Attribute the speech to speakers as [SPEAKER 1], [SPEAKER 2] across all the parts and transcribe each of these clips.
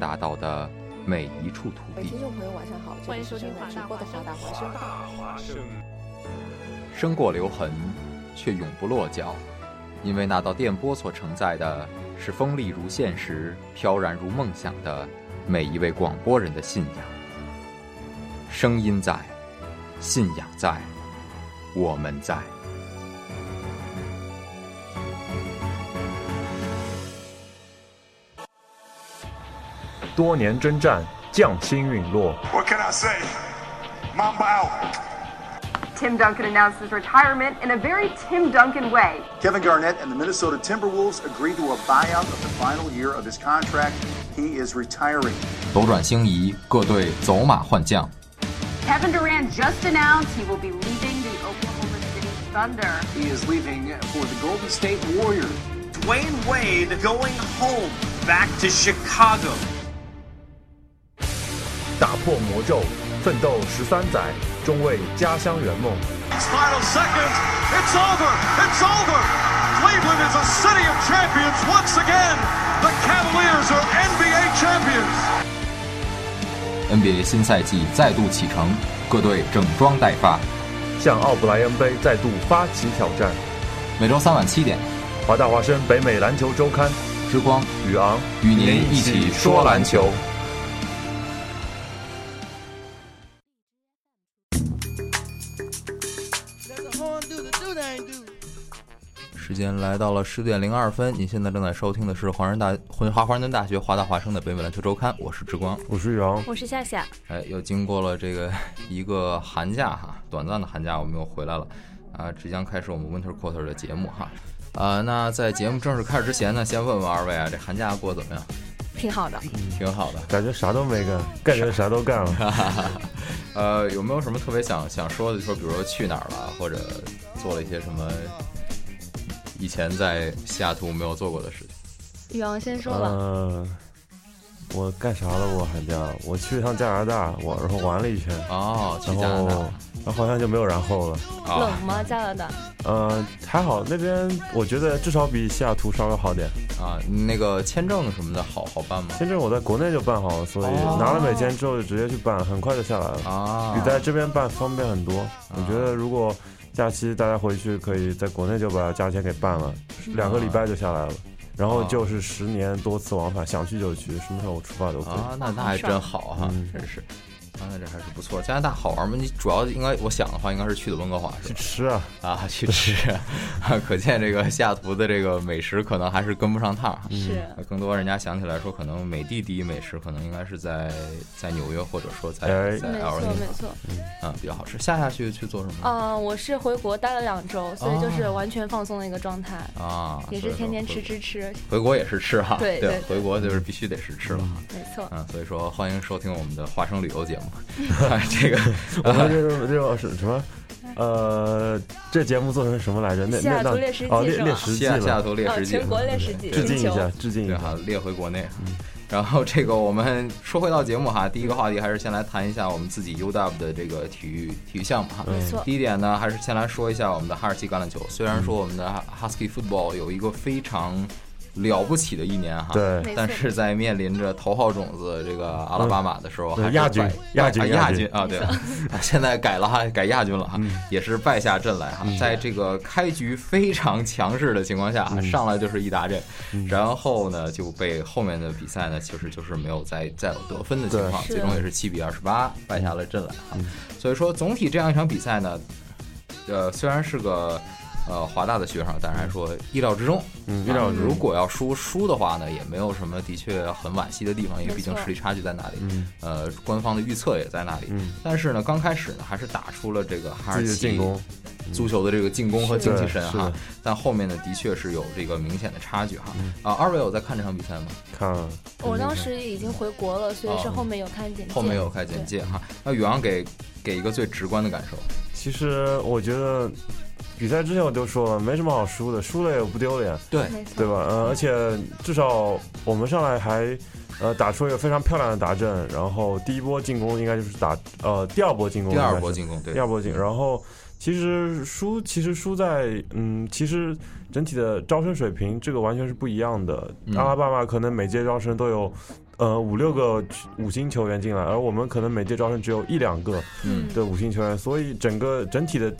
[SPEAKER 1] 达到的每一处土
[SPEAKER 2] 各位
[SPEAKER 1] 地
[SPEAKER 2] 听。众朋友，晚上好，这
[SPEAKER 3] 嗯欢
[SPEAKER 2] 里
[SPEAKER 3] 迎
[SPEAKER 2] 是
[SPEAKER 3] 收听
[SPEAKER 2] 正在直
[SPEAKER 3] 华大
[SPEAKER 2] 播的
[SPEAKER 3] 华
[SPEAKER 2] 华大华
[SPEAKER 3] 生
[SPEAKER 2] 生。
[SPEAKER 4] 大华生，
[SPEAKER 1] 生过留痕，却永不落脚，因为那道电波所承载的是锋利如现实、飘然如梦想的每一位广播人的信仰。声音在，信仰在，我们在。
[SPEAKER 5] 多年征战，匠心陨落，
[SPEAKER 4] What can I say? Mamba out.
[SPEAKER 6] Tim Duncan announced his retirement in a very Tim Duncan way.
[SPEAKER 7] Kevin Garnett and the Minnesota Timberwolves agreed to a buyout of the final year of his contract. He is retiring.
[SPEAKER 1] 斗转星移，各队走马换将。
[SPEAKER 6] Kevin Durant just announced he will be leaving the Oklahoma City Thunder.
[SPEAKER 7] He is leaving for the Golden State Warriors.
[SPEAKER 8] Dwayne Wade going home back to Chicago.
[SPEAKER 5] 打破魔咒，奋斗十三载，终为家乡圆梦。
[SPEAKER 8] It's final seconds. It's over. It's over. Cleveland is a city of champions once again. The Cavaliers are NBA champions.
[SPEAKER 1] NBA 新赛季再度启程，各队整装待发。
[SPEAKER 5] 向奥布莱恩杯再度发起挑战。
[SPEAKER 1] 每周三晚七点，
[SPEAKER 5] 华大华生北美篮球周刊，
[SPEAKER 1] 之光
[SPEAKER 5] 宇昂
[SPEAKER 1] 与您一起说篮球。时间来到了十点零二分，您现在正在收听的是华人大华华华盛顿大学华大华生的北美篮球周刊，我是之光。
[SPEAKER 5] 我是宇昂，
[SPEAKER 3] 我是夏夏，
[SPEAKER 1] 哎，又经过了这个一个寒假哈，短暂的寒假，我们又回来了啊，即将开始我们 Winter Quarter 的节目哈。啊、那在节目正式开始之前呢，先问问二位啊，这寒假过得怎么样？
[SPEAKER 3] 挺好的。
[SPEAKER 1] 挺好的。
[SPEAKER 5] 感觉啥都没干， 干成啥都干了。
[SPEAKER 1] 呃，有没有什么特别想想说的？就说比如说去哪儿了，啊或者做了一些什么以前在西雅图没有做过的事情？
[SPEAKER 3] 宇昂先说吧，
[SPEAKER 5] 嗯、我干啥了？我寒假我去一趟加拿大，我然后玩了一圈，
[SPEAKER 1] 哦，去
[SPEAKER 5] 然
[SPEAKER 1] 加拿大
[SPEAKER 5] 后然后好像就没有然后了。
[SPEAKER 1] 啊
[SPEAKER 3] 冷吗？加拿大？
[SPEAKER 5] 呃，还好那边我觉得至少比西雅图稍微好点。
[SPEAKER 1] 啊，那个签证什么的好好办吗？
[SPEAKER 5] 签证我在国内就办好了，所以
[SPEAKER 1] 哦
[SPEAKER 5] 拿了美签之后就直接去办，很快就下来了。
[SPEAKER 1] 啊，
[SPEAKER 5] 比在这边办方便很多。
[SPEAKER 3] 啊
[SPEAKER 5] 我觉得如果假期大家回去，可以在国内就把价钱给办了，两个礼拜就下来
[SPEAKER 3] 啊
[SPEAKER 5] 了。然后就是十年多次往返，想去就去，什么时候出发都可以。
[SPEAKER 1] 啊，那那还真好哈、
[SPEAKER 5] 嗯
[SPEAKER 1] 真是。啊，那这还是不错。加拿大好玩吗？你主要应该，我想的话，应该是去的温哥华是吧？
[SPEAKER 5] 吃啊，
[SPEAKER 1] 啊，去吃，啊可见这个西雅图的这个美食可能还是跟不上趟。
[SPEAKER 5] 嗯
[SPEAKER 3] 是
[SPEAKER 1] 啊更多人家想起来说，可能美的第一美食可能应该是在在纽约，或者说在
[SPEAKER 5] 哎
[SPEAKER 1] 在
[SPEAKER 3] 没错
[SPEAKER 1] LA，
[SPEAKER 3] 没错。
[SPEAKER 1] 嗯，比较好吃。下下去去做什么？
[SPEAKER 3] 嗯、我是回国待了两周，所以就是完全放松的一个状态，
[SPEAKER 1] 哦啊，
[SPEAKER 3] 也
[SPEAKER 1] 所以说
[SPEAKER 3] 是天天
[SPEAKER 1] 回
[SPEAKER 3] 吃。吃吃。
[SPEAKER 1] 回国也是吃哈，
[SPEAKER 3] 对对
[SPEAKER 1] 回国就是必须得是吃了哈。
[SPEAKER 3] 没错，哦
[SPEAKER 1] 嗯，所以说欢迎收听我们的华生旅游节目。 啊这个
[SPEAKER 5] 我们这种这种是什么？呃，这节目做成什么来着？那
[SPEAKER 3] 西雅
[SPEAKER 5] 那
[SPEAKER 3] 图
[SPEAKER 5] 那
[SPEAKER 3] 猎食记
[SPEAKER 5] 哦，
[SPEAKER 3] 是
[SPEAKER 5] 猎
[SPEAKER 3] 吧
[SPEAKER 5] 猎食
[SPEAKER 1] 西
[SPEAKER 5] 记
[SPEAKER 1] 雅西雅
[SPEAKER 5] 了，
[SPEAKER 1] 图猎
[SPEAKER 3] 哦，
[SPEAKER 1] 食记，
[SPEAKER 3] 全国猎食记，
[SPEAKER 5] 致
[SPEAKER 3] 全
[SPEAKER 5] 敬一
[SPEAKER 3] 球
[SPEAKER 5] 下，致敬一
[SPEAKER 1] 对
[SPEAKER 5] 下。
[SPEAKER 1] 哈，列回国内。然后这个我们说回到节目哈，第一个话题还是先来谈一下我们自己 UW 的这个体育体育项目哈。
[SPEAKER 5] 嗯
[SPEAKER 3] 没错
[SPEAKER 1] 第一点呢，还是先来说一下我们的哈士奇橄榄球。虽然说我们的 Husky Football 有一个非常了不起的一年哈，
[SPEAKER 5] 对
[SPEAKER 3] 没错
[SPEAKER 1] 但是在面临着头号种子这个阿拉巴马的时候，
[SPEAKER 5] 对
[SPEAKER 1] 还是
[SPEAKER 5] 亚军
[SPEAKER 1] 败
[SPEAKER 5] 亚军
[SPEAKER 1] 啊
[SPEAKER 5] 亚
[SPEAKER 1] 亚
[SPEAKER 5] 军
[SPEAKER 1] 军啊，对， 现在改了哈，改亚军了哈，
[SPEAKER 5] 嗯
[SPEAKER 1] 也是败下阵来哈，在这个开局非常强势的情况下，
[SPEAKER 5] 嗯
[SPEAKER 1] 上来就是一打阵，然后呢就被后面的比赛呢，其实就是没有再再有得分的情况，
[SPEAKER 3] 对
[SPEAKER 1] 最终也是七比二十八败下了阵来哈，
[SPEAKER 5] 嗯
[SPEAKER 1] 所以说总体这样一场比赛呢，呃，虽然是个。呃，华大的学生，但是还说意料之中。啊
[SPEAKER 5] 嗯意料之中
[SPEAKER 1] 如果要输输的话呢，也没有什么的确很惋惜的地方，因为
[SPEAKER 3] 没
[SPEAKER 1] 毕竟
[SPEAKER 3] 错
[SPEAKER 1] 实力差距在那里，
[SPEAKER 5] 嗯
[SPEAKER 1] 呃，官方的预测也在那里。但是呢，刚开始呢，还是打出了这个哈
[SPEAKER 5] 自
[SPEAKER 1] 士
[SPEAKER 5] 己的
[SPEAKER 1] 奇
[SPEAKER 5] 进攻，
[SPEAKER 1] 足球的这个进攻和精气神
[SPEAKER 5] 是的是嗯
[SPEAKER 1] 哈
[SPEAKER 5] 的。
[SPEAKER 1] 但后面呢，的确是有这个明显的差距哈。啊，二位有在看这场比赛吗？
[SPEAKER 5] 看啊了
[SPEAKER 3] 我当
[SPEAKER 5] 嗯
[SPEAKER 3] 时已经回国了，所以是后面有看简介。
[SPEAKER 1] 哦后面有开简介哈。那宇昂给给一个最直观的感受
[SPEAKER 5] 嗯其实我觉得比赛之前我就说了，没什么好输的，输了也不丢脸，
[SPEAKER 1] 对
[SPEAKER 3] 对，没错，
[SPEAKER 5] 对吧？嗯、而且至少我们上来还呃打出一个非常漂亮的达阵，然后第一波进攻应该就是打呃第二波进攻，
[SPEAKER 1] 第二波进攻，对
[SPEAKER 5] 第，二波进，然后。其实输，其实输在，嗯，其实整体的招生水平这个完全是不一样的。
[SPEAKER 1] 嗯
[SPEAKER 5] 阿拉巴马可能每届招生都有，呃五六个五星球员进来，而我们可能每届招生只有一两个
[SPEAKER 3] 嗯
[SPEAKER 5] 的五星球员，所以整个整体的。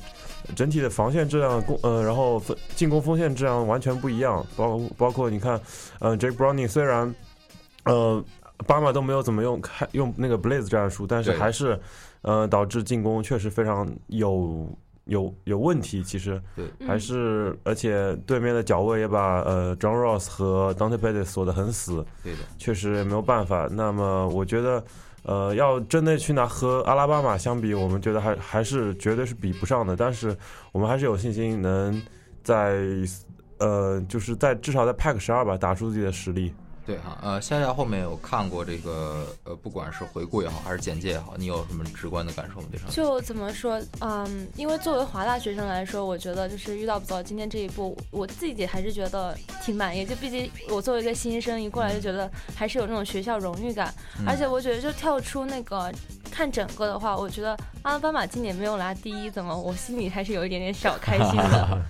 [SPEAKER 5] 整体的防线质量、攻呃，然后分进攻锋线质量完全不一样，包包括你看，呃，Jake Browning 虽然，呃，巴马都没有怎么用开用那个 Blaze 战术，但是
[SPEAKER 1] 对
[SPEAKER 5] 还是，呃，导致进攻确实非常有有有问题。其实，
[SPEAKER 1] 对，
[SPEAKER 5] 还是而且对面的脚位也把呃 John Ross 和 Dante Pettis 锁得很死，
[SPEAKER 1] 对的，
[SPEAKER 5] 确实也没有办法。那么我觉得，呃，要真的去拿和阿拉巴马相比，我们觉得还还是绝对是比不上的。但是我们还是有信心能在呃，就是在至少在 Pack 十二吧打出自己的实力。
[SPEAKER 1] 对哈、呃，夏夏后面有看过这个呃，不管是回顾也好，还是简介也好，你有什么直观的感受吗？对上
[SPEAKER 3] 就怎么说，嗯，因为作为华大学生来说，我觉得就是遇到不到今天这一步，我自己还是觉得挺满意。就毕竟我作为一个新生一过来就觉得还是有那种学校荣誉感，而且我觉得就跳出那个看整个的话，我觉得阿拉巴马今年没有拿第一，怎么我心里还是有一点点小开心的。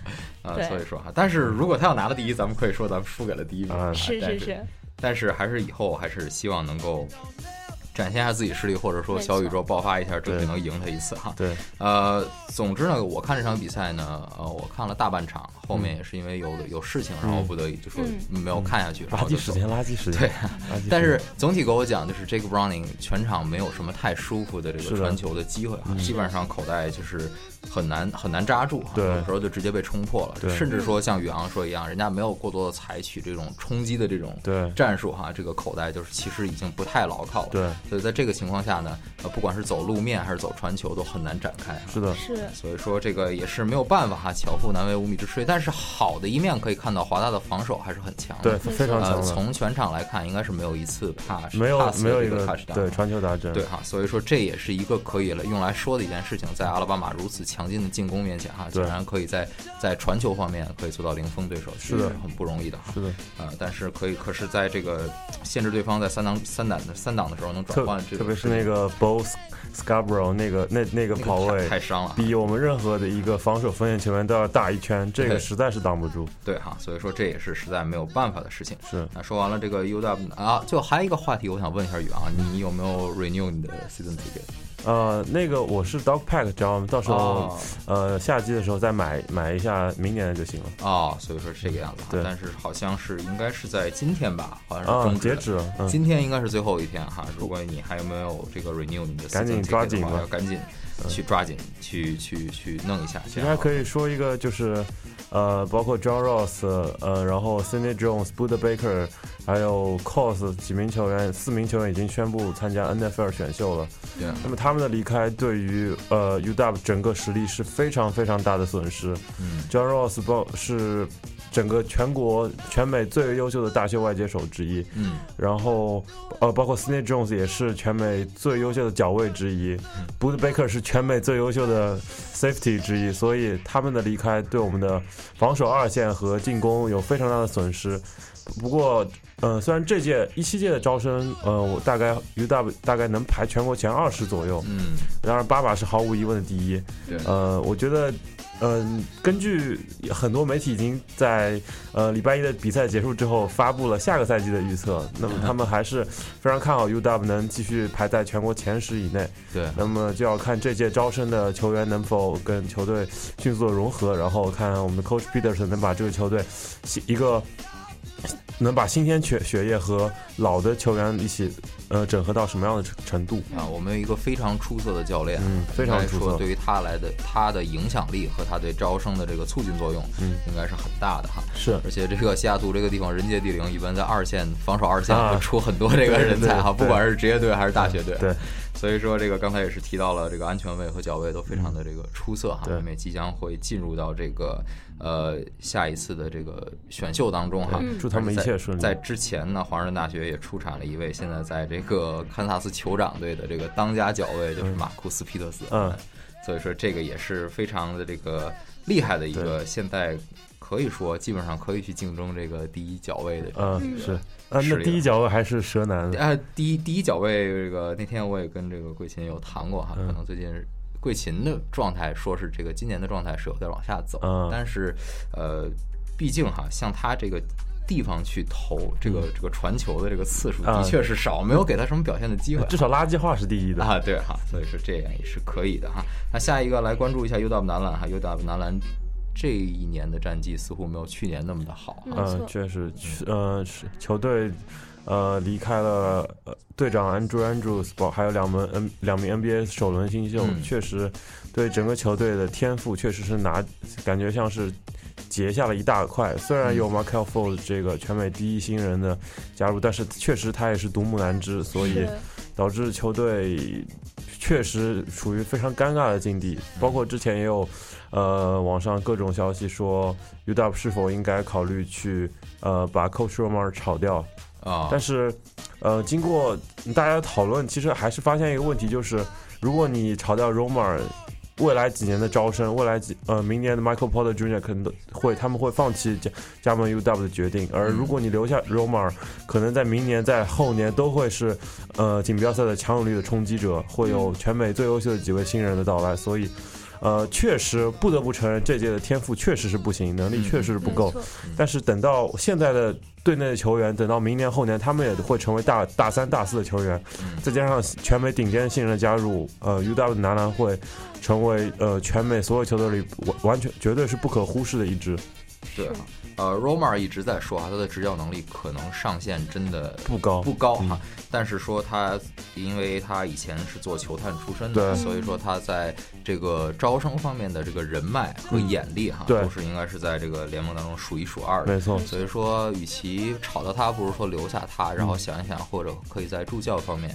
[SPEAKER 1] 啊、
[SPEAKER 3] 对
[SPEAKER 1] 所以说哈，但是如果他要拿了第一，咱们可以说咱们输给了第一名，
[SPEAKER 5] 啊
[SPEAKER 3] 是
[SPEAKER 1] 但
[SPEAKER 3] 是是，
[SPEAKER 1] 但是还是以后还是希望能够展现一下自己实力，或者说小宇宙爆发一下，争取
[SPEAKER 5] 对
[SPEAKER 1] 能赢他一次哈。
[SPEAKER 5] 对，
[SPEAKER 1] 呃，总之呢，我看这场比赛呢，呃，我看了大半场，后面也是因为有有事情，然后不得已就说没有看下去，然
[SPEAKER 5] 垃
[SPEAKER 1] 后
[SPEAKER 5] 圾
[SPEAKER 1] 就
[SPEAKER 5] 时
[SPEAKER 1] 走
[SPEAKER 5] 间，垃圾时间。
[SPEAKER 1] 对
[SPEAKER 5] 垃圾时间
[SPEAKER 1] 但是总体给我讲，就是 Jake Browning 全场没有什么太舒服的这
[SPEAKER 5] 是
[SPEAKER 1] 个
[SPEAKER 5] 的嗯
[SPEAKER 1] 传球的机会哈，基本上口袋就是很难很难扎住哈，啊
[SPEAKER 5] 对
[SPEAKER 1] 有时候就直接被冲破了，
[SPEAKER 5] 对
[SPEAKER 1] 甚至说像宇昂说一样，人家没有过多的采取这种冲击的这种
[SPEAKER 5] 对
[SPEAKER 1] 战术哈，这个口袋就是其实已经不太牢靠了，
[SPEAKER 5] 对
[SPEAKER 1] 所以在这个情况下呢，呃，不管是走路面还是走传球都很难展开哈，啊
[SPEAKER 5] 是的，
[SPEAKER 3] 是
[SPEAKER 1] 所以说这个也是没有办法哈，巧妇难为无米之炊。但是好的一面可以看到，华大的防守还是很强
[SPEAKER 5] 对，
[SPEAKER 1] 的。
[SPEAKER 5] 非常
[SPEAKER 1] 呃，
[SPEAKER 5] 强的，
[SPEAKER 1] 从全场来看，应该是没有一次 pass，
[SPEAKER 5] 没有
[SPEAKER 1] pass
[SPEAKER 5] 没有
[SPEAKER 1] 的
[SPEAKER 5] 一
[SPEAKER 1] 这
[SPEAKER 5] 个
[SPEAKER 1] touchdown，
[SPEAKER 5] 对传球嗯达阵。
[SPEAKER 1] 对哈，所以说这也是一个可以了用来说的一件事情，在阿拉巴马如此强劲的进攻面前哈，竟
[SPEAKER 5] 对
[SPEAKER 1] 然可以在在传球方面可以做到零封对手，是
[SPEAKER 5] 的
[SPEAKER 1] 很不容易的哈。
[SPEAKER 5] 是的，
[SPEAKER 1] 呃，但是可以，可是在这个限制对方在三档三档的三档的时候能转
[SPEAKER 5] 特
[SPEAKER 1] 换，这
[SPEAKER 5] 特别
[SPEAKER 1] 种
[SPEAKER 5] 是那个 Bo Scarborough 那个那那个
[SPEAKER 1] 那个
[SPEAKER 5] 跑位
[SPEAKER 1] 太太伤了哈，
[SPEAKER 5] 比我们任何的一个防守锋线球员都要大一圈，这
[SPEAKER 1] 对
[SPEAKER 5] 个实在是挡不住。
[SPEAKER 1] 对哈，所以说这也是实在没有办法的事情。
[SPEAKER 5] 是
[SPEAKER 1] 那说完了这个 UW 啊，就还有一个话题，我想问一下宇昂，你有没有 renew 你的 season ticket？
[SPEAKER 5] 呃，那个我是 Dog Pack，只要我们到时候、
[SPEAKER 1] 哦
[SPEAKER 5] 呃夏季的时候再买买一下明年的就行了。
[SPEAKER 1] 哦，所以说是这个样子哈。
[SPEAKER 5] 对
[SPEAKER 1] 但是好像是应该是在今天吧，好像是
[SPEAKER 5] 啊
[SPEAKER 1] 终，
[SPEAKER 5] 截
[SPEAKER 1] 了
[SPEAKER 5] 止了，嗯，
[SPEAKER 1] 今天应该是最后一天哈，如果你还有没有这个 renew 你的 season
[SPEAKER 5] 赶紧
[SPEAKER 1] ticket
[SPEAKER 5] 抓紧
[SPEAKER 1] 的话，
[SPEAKER 5] 吧嗯
[SPEAKER 1] 要赶紧去抓紧去去去弄一下。
[SPEAKER 5] 其
[SPEAKER 1] 这
[SPEAKER 5] 实
[SPEAKER 1] 样
[SPEAKER 5] 还
[SPEAKER 1] 好
[SPEAKER 5] 可以说一个就是，呃，包括 John Ross，呃，然后 Cindy Jones、Buda Baker，还有 Cos 几名球员，四名球员已经宣布参加 NFL 选秀了。
[SPEAKER 1] 对
[SPEAKER 5] 那么他们的离开对于呃 UW 整个实力是非常非常大的损失。
[SPEAKER 1] 嗯
[SPEAKER 5] John Ross 包是整个全国全美最优秀的大秀外接手之一，
[SPEAKER 1] 嗯
[SPEAKER 5] 然后呃，包括 Snake Jones 也是全美最优秀的脚位之一 b o o t Baker 是全美最优秀的 Safety 之一，所以他们的离开对我们的防守二线和进攻有非常大的损失。不过，呃，虽然这届一七届的招生，呃，我大概 UW 大概能排全国前二十左右，
[SPEAKER 1] 嗯，
[SPEAKER 5] 当然，巴马是毫无疑问的第一。
[SPEAKER 1] 对
[SPEAKER 5] 呃，我觉得，嗯、根据很多媒体已经在呃礼拜一的比赛结束之后发布了下个赛季的预测，那么他们还是非常看好 UW 能继续排在全国前十以内。
[SPEAKER 1] 对。
[SPEAKER 5] 那么就要看这届招生的球员能否跟球队迅速的融合，然后看我们的 Coach Peterson 能把这个球队新一个能把新鲜血血液和老的球员一起呃整合到什么样的程程度。
[SPEAKER 1] 啊，我们有一个非常出色的教练，
[SPEAKER 5] 嗯非常
[SPEAKER 1] 应该
[SPEAKER 5] 出色
[SPEAKER 1] 说对于他来的他的影响力和他对招生的这个促进作用，嗯，应该是很大的哈。
[SPEAKER 5] 是
[SPEAKER 1] 而且这个西雅图这个地方人杰地灵，一般在二线防守二线
[SPEAKER 5] 啊
[SPEAKER 1] 会出很多这个
[SPEAKER 5] 对
[SPEAKER 1] 人才哈，
[SPEAKER 5] 对对
[SPEAKER 1] 不管是职业队还是大学队。
[SPEAKER 5] 对，
[SPEAKER 1] 所以说这个刚才也是提到了这个安全位和脚位都非常的这个出色哈，
[SPEAKER 5] 嗯对
[SPEAKER 1] 因为即将会进入到这个呃下一次的这个选秀当中哈
[SPEAKER 5] 对，祝他们
[SPEAKER 1] 而且在
[SPEAKER 5] 一切顺利
[SPEAKER 1] 在之前呢，华盛顿大学也出产了一位现在在这个 堪萨斯酋长队的这个当家角卫，就是马库斯·皮特斯。
[SPEAKER 5] 嗯，
[SPEAKER 1] 所以说这个也是非常的这个厉害的一个，现在可以说基本上可以去竞争这个第一角位的。
[SPEAKER 5] 嗯，是。啊，
[SPEAKER 1] 是
[SPEAKER 5] 那
[SPEAKER 1] 的
[SPEAKER 5] 第一脚位还是蛇男，
[SPEAKER 1] 啊，第一第一角位这个那天我也跟这个桂琴有谈过
[SPEAKER 5] 嗯
[SPEAKER 1] 哈，可能最近桂琴的状态说是这个今年的状态是有在往下走，
[SPEAKER 5] 嗯
[SPEAKER 1] 但是呃，毕竟哈，像他这个地方去投这个这个传球的这个次数的
[SPEAKER 5] 嗯啊
[SPEAKER 1] 确是少，没有给他什么表现的机会。
[SPEAKER 5] 至少垃圾话是第一的。
[SPEAKER 1] 啊，对哈，所以说这样也是可以的哈。那下一个来关注一下 UW 男篮哈，UW 男篮这一年的战绩似乎没有去年那么的好哈。
[SPEAKER 3] 没错
[SPEAKER 5] 嗯，确实，去呃，是球队呃离开了呃队长 Andrew Andrews，包还有两门 N 两名 NBA 首轮新秀，
[SPEAKER 1] 嗯
[SPEAKER 5] 确实对整个球队的天赋确实是拿，感觉像是。截下了一大块，虽然有 Michael Ford 这个全美第一新人的加入，但是确实他也是独木难支，所以
[SPEAKER 3] 是
[SPEAKER 5] 导致球队确实处于非常尴尬的境地。包括之前也有，呃，网上各种消息说 UW 是否应该考虑去呃把 Coach Romer 炒掉，
[SPEAKER 1] 啊，
[SPEAKER 5] 但是呃经过大家的讨论，其实还是发现一个问题，就是如果你炒掉 Romer。未来几年的招生，未来几呃，明年的 Michael Porter Jr. 可能都会他们会放弃加加盟 UW 的决定，而如果你留下 Romer，可能在明年、在后年都会是呃锦标赛的强有力的冲击者，会有全美最优秀的几位新人的到来，所以呃，确实不得不承认，这届的天赋确实是不行，能力确实是
[SPEAKER 3] 嗯
[SPEAKER 5] 不
[SPEAKER 3] 没
[SPEAKER 5] 够
[SPEAKER 3] 错。
[SPEAKER 5] 但是等到现在的队内的球员，等到明年后年，他们也会成为大大三、大四的球员，
[SPEAKER 3] 嗯
[SPEAKER 5] 再加上全美顶尖新人的加入，呃，UW 男篮会成为呃全美所有球队里完完全绝对是不可忽视的一支，
[SPEAKER 1] 对哈，呃，Romer 一直在说啊哈，他的执教能力可能上限真的
[SPEAKER 5] 不高嗯
[SPEAKER 1] 不高哈，但是说他因为他以前是做球探出身的，
[SPEAKER 5] 对
[SPEAKER 1] 所以说他在这个招生方面的这个人脉和眼力哈，
[SPEAKER 5] 嗯对
[SPEAKER 1] 都是应该是在这个联盟当中数一数二的
[SPEAKER 5] 没。错。
[SPEAKER 1] 所以说，与其炒掉他，不如说留下他，然后想一想，或者可以在助教方面，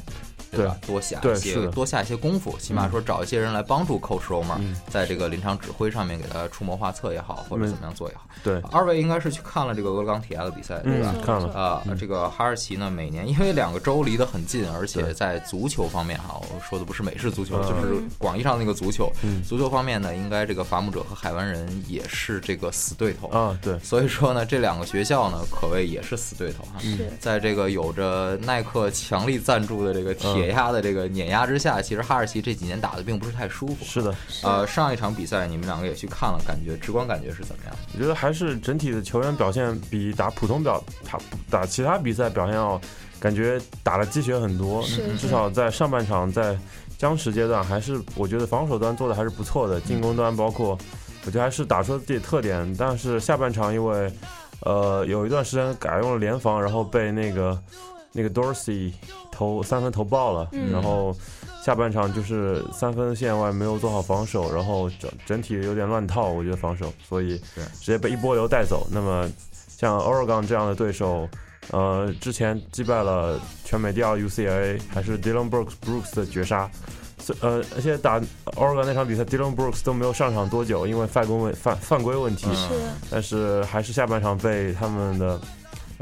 [SPEAKER 1] 吧？多下一
[SPEAKER 5] 对
[SPEAKER 1] 些
[SPEAKER 5] 是的嗯
[SPEAKER 1] 多下一些功夫，起码说找一些人来帮助 Coach Romer，、在这个临场指挥上面给他出谋划策也好，或者
[SPEAKER 5] 没
[SPEAKER 1] 怎么样做也好。
[SPEAKER 5] 对
[SPEAKER 1] 二位应该是去看了这个俄钢铁亚的比赛，对
[SPEAKER 5] 嗯
[SPEAKER 1] 吧？
[SPEAKER 3] 错
[SPEAKER 5] 看
[SPEAKER 3] 没
[SPEAKER 5] 了
[SPEAKER 3] 错
[SPEAKER 1] 啊、这个哈士奇呢，每年因为两个州离得很近，而且在足球方面哈，我说的不是美式足球，
[SPEAKER 5] 嗯
[SPEAKER 1] 就是广义上那个足球。足球方面呢，应该这个伐木者和海湾人也是这个死对头。
[SPEAKER 5] 啊，对，
[SPEAKER 1] 所以说呢，这两个学校呢，可谓也是死对头哈。
[SPEAKER 5] 嗯
[SPEAKER 3] 是
[SPEAKER 1] 在这个有着耐克强力赞助的这个
[SPEAKER 5] 嗯
[SPEAKER 1] 铁压的这个碾压之下，其实哈士奇这几年打的并不是太舒服。
[SPEAKER 5] 是的，
[SPEAKER 1] 呃，上一场比赛你们两个也去看了，感觉直观感觉是怎么样？
[SPEAKER 5] 我觉得还是整体的球员表现比打普通表打打其他比赛表现要，感觉打了鸡血很多
[SPEAKER 3] 是嗯，
[SPEAKER 5] 至少在上半场在僵持阶段还是我觉得防守端做的还是不错的，进攻端包括我觉得还是打出了自己的特点，但是下半场因为呃有一段时间改用了联防，然后被那个那个 Dorsey 投三分投爆了，
[SPEAKER 3] 嗯
[SPEAKER 5] 然后。下半场就是三分线外没有做好防守，然后整整体有点乱套，我觉得防守，所以
[SPEAKER 1] 对
[SPEAKER 5] 直接被一波流带走。那么像 Oregon 这样的对手，呃，之前击败了全美第二 UCLA，还是 Dylan Brooks Brooks 的绝杀。所呃，而且打 Oregon 那场比赛，Dylan Brooks 都没有上场多久，因为犯规问犯犯规问题，
[SPEAKER 3] 嗯是
[SPEAKER 5] 但是还是下半场被他们的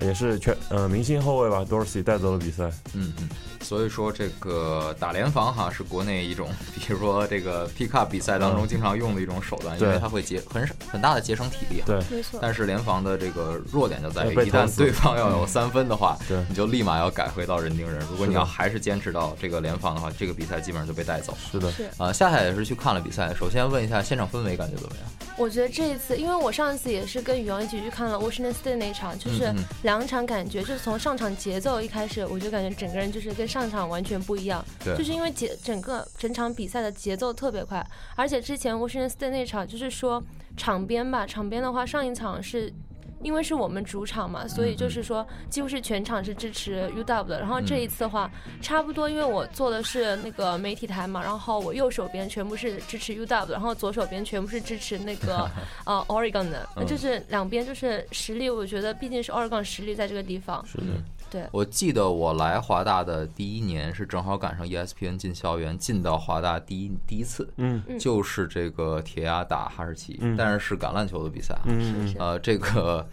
[SPEAKER 5] 也是全呃明星后卫吧 Dorsey 带走了比赛。
[SPEAKER 1] 嗯嗯，所以说这个打联防哈是国内一种，比如说这个 pick up 比赛当中经常用的一种手段，因为
[SPEAKER 5] 对
[SPEAKER 1] 它会节很少很大的节省体力哈。
[SPEAKER 5] 嗯对
[SPEAKER 3] 没错，
[SPEAKER 1] 但是联防的这个弱点就在于，
[SPEAKER 5] 被
[SPEAKER 1] 一
[SPEAKER 5] 投
[SPEAKER 1] 旦
[SPEAKER 5] 死
[SPEAKER 1] 对方要有三分的话，
[SPEAKER 5] 对
[SPEAKER 1] 你就立马要改回到人盯人。如果
[SPEAKER 5] 是
[SPEAKER 1] 你
[SPEAKER 5] 的
[SPEAKER 1] 要还是坚持到这个联防的话，这个比赛基本上就被带走。
[SPEAKER 5] 是的，
[SPEAKER 3] 是
[SPEAKER 1] 呃，夏夏也是去看了比赛，首先问一下现场氛围感觉怎么样？
[SPEAKER 3] 我觉得这一次，因为我上一次也是跟宇阳一起去看了 Washington State 那一场，就是
[SPEAKER 1] 嗯嗯
[SPEAKER 3] 两场感觉，就是从上场节奏一开始，我就感觉整个人就是跟上场完全不一样，
[SPEAKER 1] 对
[SPEAKER 3] 就是因为节整个整场比赛的节奏特别快，而且之前 Washington State 那场就是说场边吧，场边的话上一场是。因为是我们主场嘛，所
[SPEAKER 1] 嗯
[SPEAKER 3] 以就是说几乎是全场是支持 UW 的。然后这一次的话，差不多因为我做的是那个媒体台嘛，然后我右手边全部是支持 UW 的，然后左手边全部是支持 那个呃 Oregon 的，
[SPEAKER 1] 嗯
[SPEAKER 3] 就是两边就是实力，我觉得毕竟是 Oregon 实力在这个地方。
[SPEAKER 5] 是的，
[SPEAKER 3] 对，
[SPEAKER 1] 我记得我来华大的第一年是正好赶上 E ESPN 进校园，进到华大第一第一次，
[SPEAKER 5] 嗯，
[SPEAKER 1] 就是这个铁牙打哈士奇，
[SPEAKER 5] 嗯
[SPEAKER 1] 但是是橄榄球的比赛啊，
[SPEAKER 5] 嗯，
[SPEAKER 3] 是
[SPEAKER 1] 呃，这个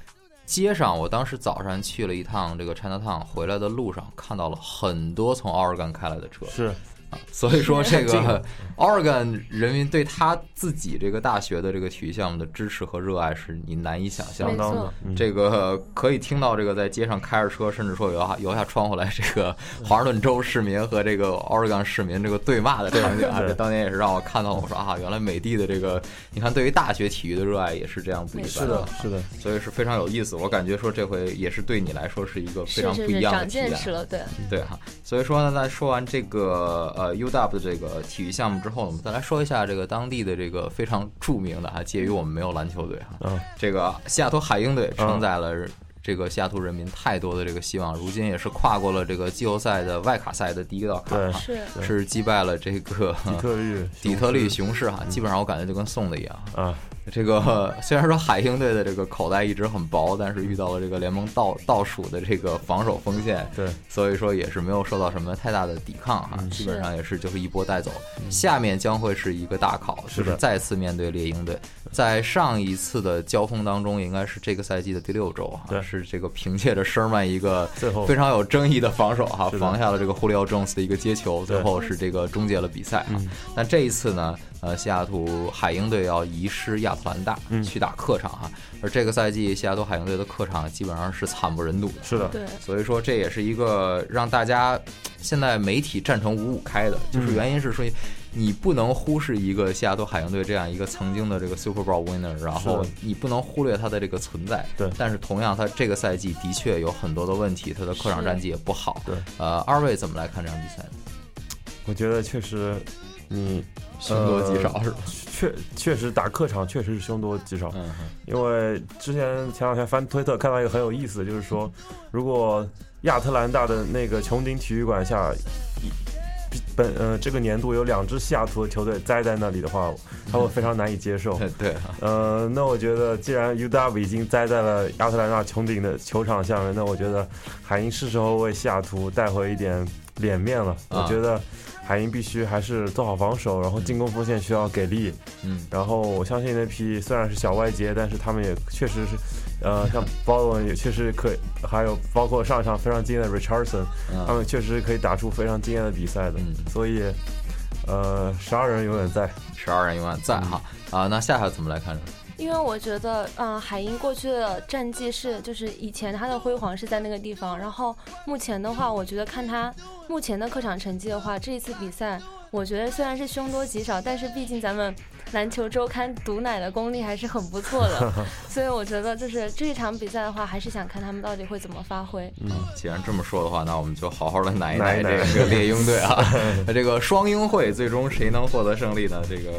[SPEAKER 1] 街上，我当时早上去了一趟这个 China Town，回来的路上看到了很多从奥尔干开来的车，
[SPEAKER 5] 是
[SPEAKER 1] 所以说这 个 Oregon 人民对他自己这个大学的这个体育项目的支持和热爱是你难以想象
[SPEAKER 3] 没
[SPEAKER 1] 的。
[SPEAKER 3] 错，
[SPEAKER 5] 嗯
[SPEAKER 1] 这个可以听到这个在街上开着车，甚至说摇下摇下窗户来，这个华盛顿州市民和这个 Oregon 市民这个对骂的场景啊，
[SPEAKER 5] 对
[SPEAKER 1] 这当年也是让我看到我说啊，原来美帝的这个你看对于大学体育的热爱也是这样不一
[SPEAKER 3] 没
[SPEAKER 1] 般
[SPEAKER 3] 错
[SPEAKER 1] 的，
[SPEAKER 5] 嗯是的，
[SPEAKER 1] 所以是非常有意思。我感觉说这回也是对你来说是一个非
[SPEAKER 3] 是
[SPEAKER 1] 常
[SPEAKER 3] 是
[SPEAKER 1] 不一
[SPEAKER 3] 是，
[SPEAKER 1] 样的
[SPEAKER 3] 长
[SPEAKER 1] 体验
[SPEAKER 3] 见。识了，对，
[SPEAKER 1] 对哈、所以说呢，在说完这个呃 UW 的这个体育项目之后呢，我们再来说一下这个当地的这个非常著名的啊，介于我们没有篮球队哈、
[SPEAKER 5] 嗯
[SPEAKER 1] 这个西雅图海鹰队承载了这个西雅图人民太多的这个希望，如今也是跨过了这个季后赛的外卡赛的第一道坎儿哈、
[SPEAKER 3] 是
[SPEAKER 1] 是击败了这个
[SPEAKER 5] 底特律，
[SPEAKER 1] 啊底特律雄狮哈，基本上我感觉就跟送的一样。
[SPEAKER 5] 啊，
[SPEAKER 1] 这个虽然说海鹰队的这个口袋一直很薄，但是遇到了这个联盟倒倒数的这个防守锋线，
[SPEAKER 5] 对嗯
[SPEAKER 1] 所以说也是没有受到什么太大的抵抗哈，基本上也是就是一波带走。下面将会是一个大考，
[SPEAKER 5] 是的
[SPEAKER 1] 就是再次面对猎鹰队。在上一次的交锋当中，应该是这个赛季的第六周哈，
[SPEAKER 5] 对
[SPEAKER 1] 是这个凭借着施曼一个
[SPEAKER 5] 最后
[SPEAKER 1] 非常有争议的防守哈，
[SPEAKER 5] 是的
[SPEAKER 1] 防下了这个 Julio Jones 的一个接球，最
[SPEAKER 5] 对
[SPEAKER 1] 后是这个终结了比赛啊。那这一次呢，呃，西雅图海鹰队要移师亚特兰大去打客场哈，而这个赛季西雅图海鹰队的客场基本上是惨不忍睹的。
[SPEAKER 5] 是的，
[SPEAKER 3] 对，
[SPEAKER 1] 所以说这也是一个让大家现在媒体站成五五开的，就是原因是说你不能忽视一个西雅图海鹰队这样一个曾经的这个 Super Bowl winner，然后
[SPEAKER 5] 是
[SPEAKER 1] 你不能忽略它的这个存在。
[SPEAKER 5] 对
[SPEAKER 1] 但是同样，它这个赛季的确有很多的问题，它的客场
[SPEAKER 3] 是
[SPEAKER 1] 战绩也不好。
[SPEAKER 5] 对，
[SPEAKER 1] 呃，二位怎么来看这场比赛呢？
[SPEAKER 5] 我觉得确实你
[SPEAKER 1] 凶多吉少
[SPEAKER 5] 呃
[SPEAKER 1] 是吧？
[SPEAKER 5] 确确实打客场确实是凶多吉少，
[SPEAKER 1] 嗯哼，
[SPEAKER 5] 因为之前前两天翻推特看到一个很有意思的，就是说，如果亚特兰大的那个穹顶体育馆下，一比本呃这个年度有两支西雅图的球队栽在那里的话，他会非常难以接受。
[SPEAKER 1] 对对啊，
[SPEAKER 5] 呃，那我觉得既然 UW 已经栽在了亚特兰大穹顶的球场下面，那我觉得海鹰是时候为西雅图带回一点脸面了。
[SPEAKER 1] 啊
[SPEAKER 5] 我觉得海鹰必须还是做好防守，然后进攻锋线需要给力。
[SPEAKER 1] 嗯，
[SPEAKER 5] 然后我相信那批虽然是小外接，但是他们也确实是，呃，像包文也确实可以，还有包括上一场非常惊艳的 Richardson，、
[SPEAKER 1] 嗯
[SPEAKER 5] 他们确实可以打出非常惊艳的比赛的。
[SPEAKER 1] 嗯
[SPEAKER 5] 所以，呃，十二人永远在。
[SPEAKER 1] 十二人永远在哈啊。那夏夏怎么来看这个？
[SPEAKER 3] 因为我觉得，嗯、海鹰过去的战绩是，就是以前他的辉煌是在那个地方，然后目前的话，我觉得看他目前的客场成绩的话，这一次比赛，我觉得虽然是凶多吉少，但是毕竟咱们篮球周刊毒奶的功力还是很不错的，所以我觉得就是这一场比赛的话，还是想看他们到底会怎么发挥。
[SPEAKER 1] 嗯既然这么说的话，那我们就好好的奶一
[SPEAKER 5] 奶一
[SPEAKER 1] 这
[SPEAKER 5] 奶
[SPEAKER 1] 个猎鹰队啊。那这个双鹰会最终谁能获得胜利呢？这个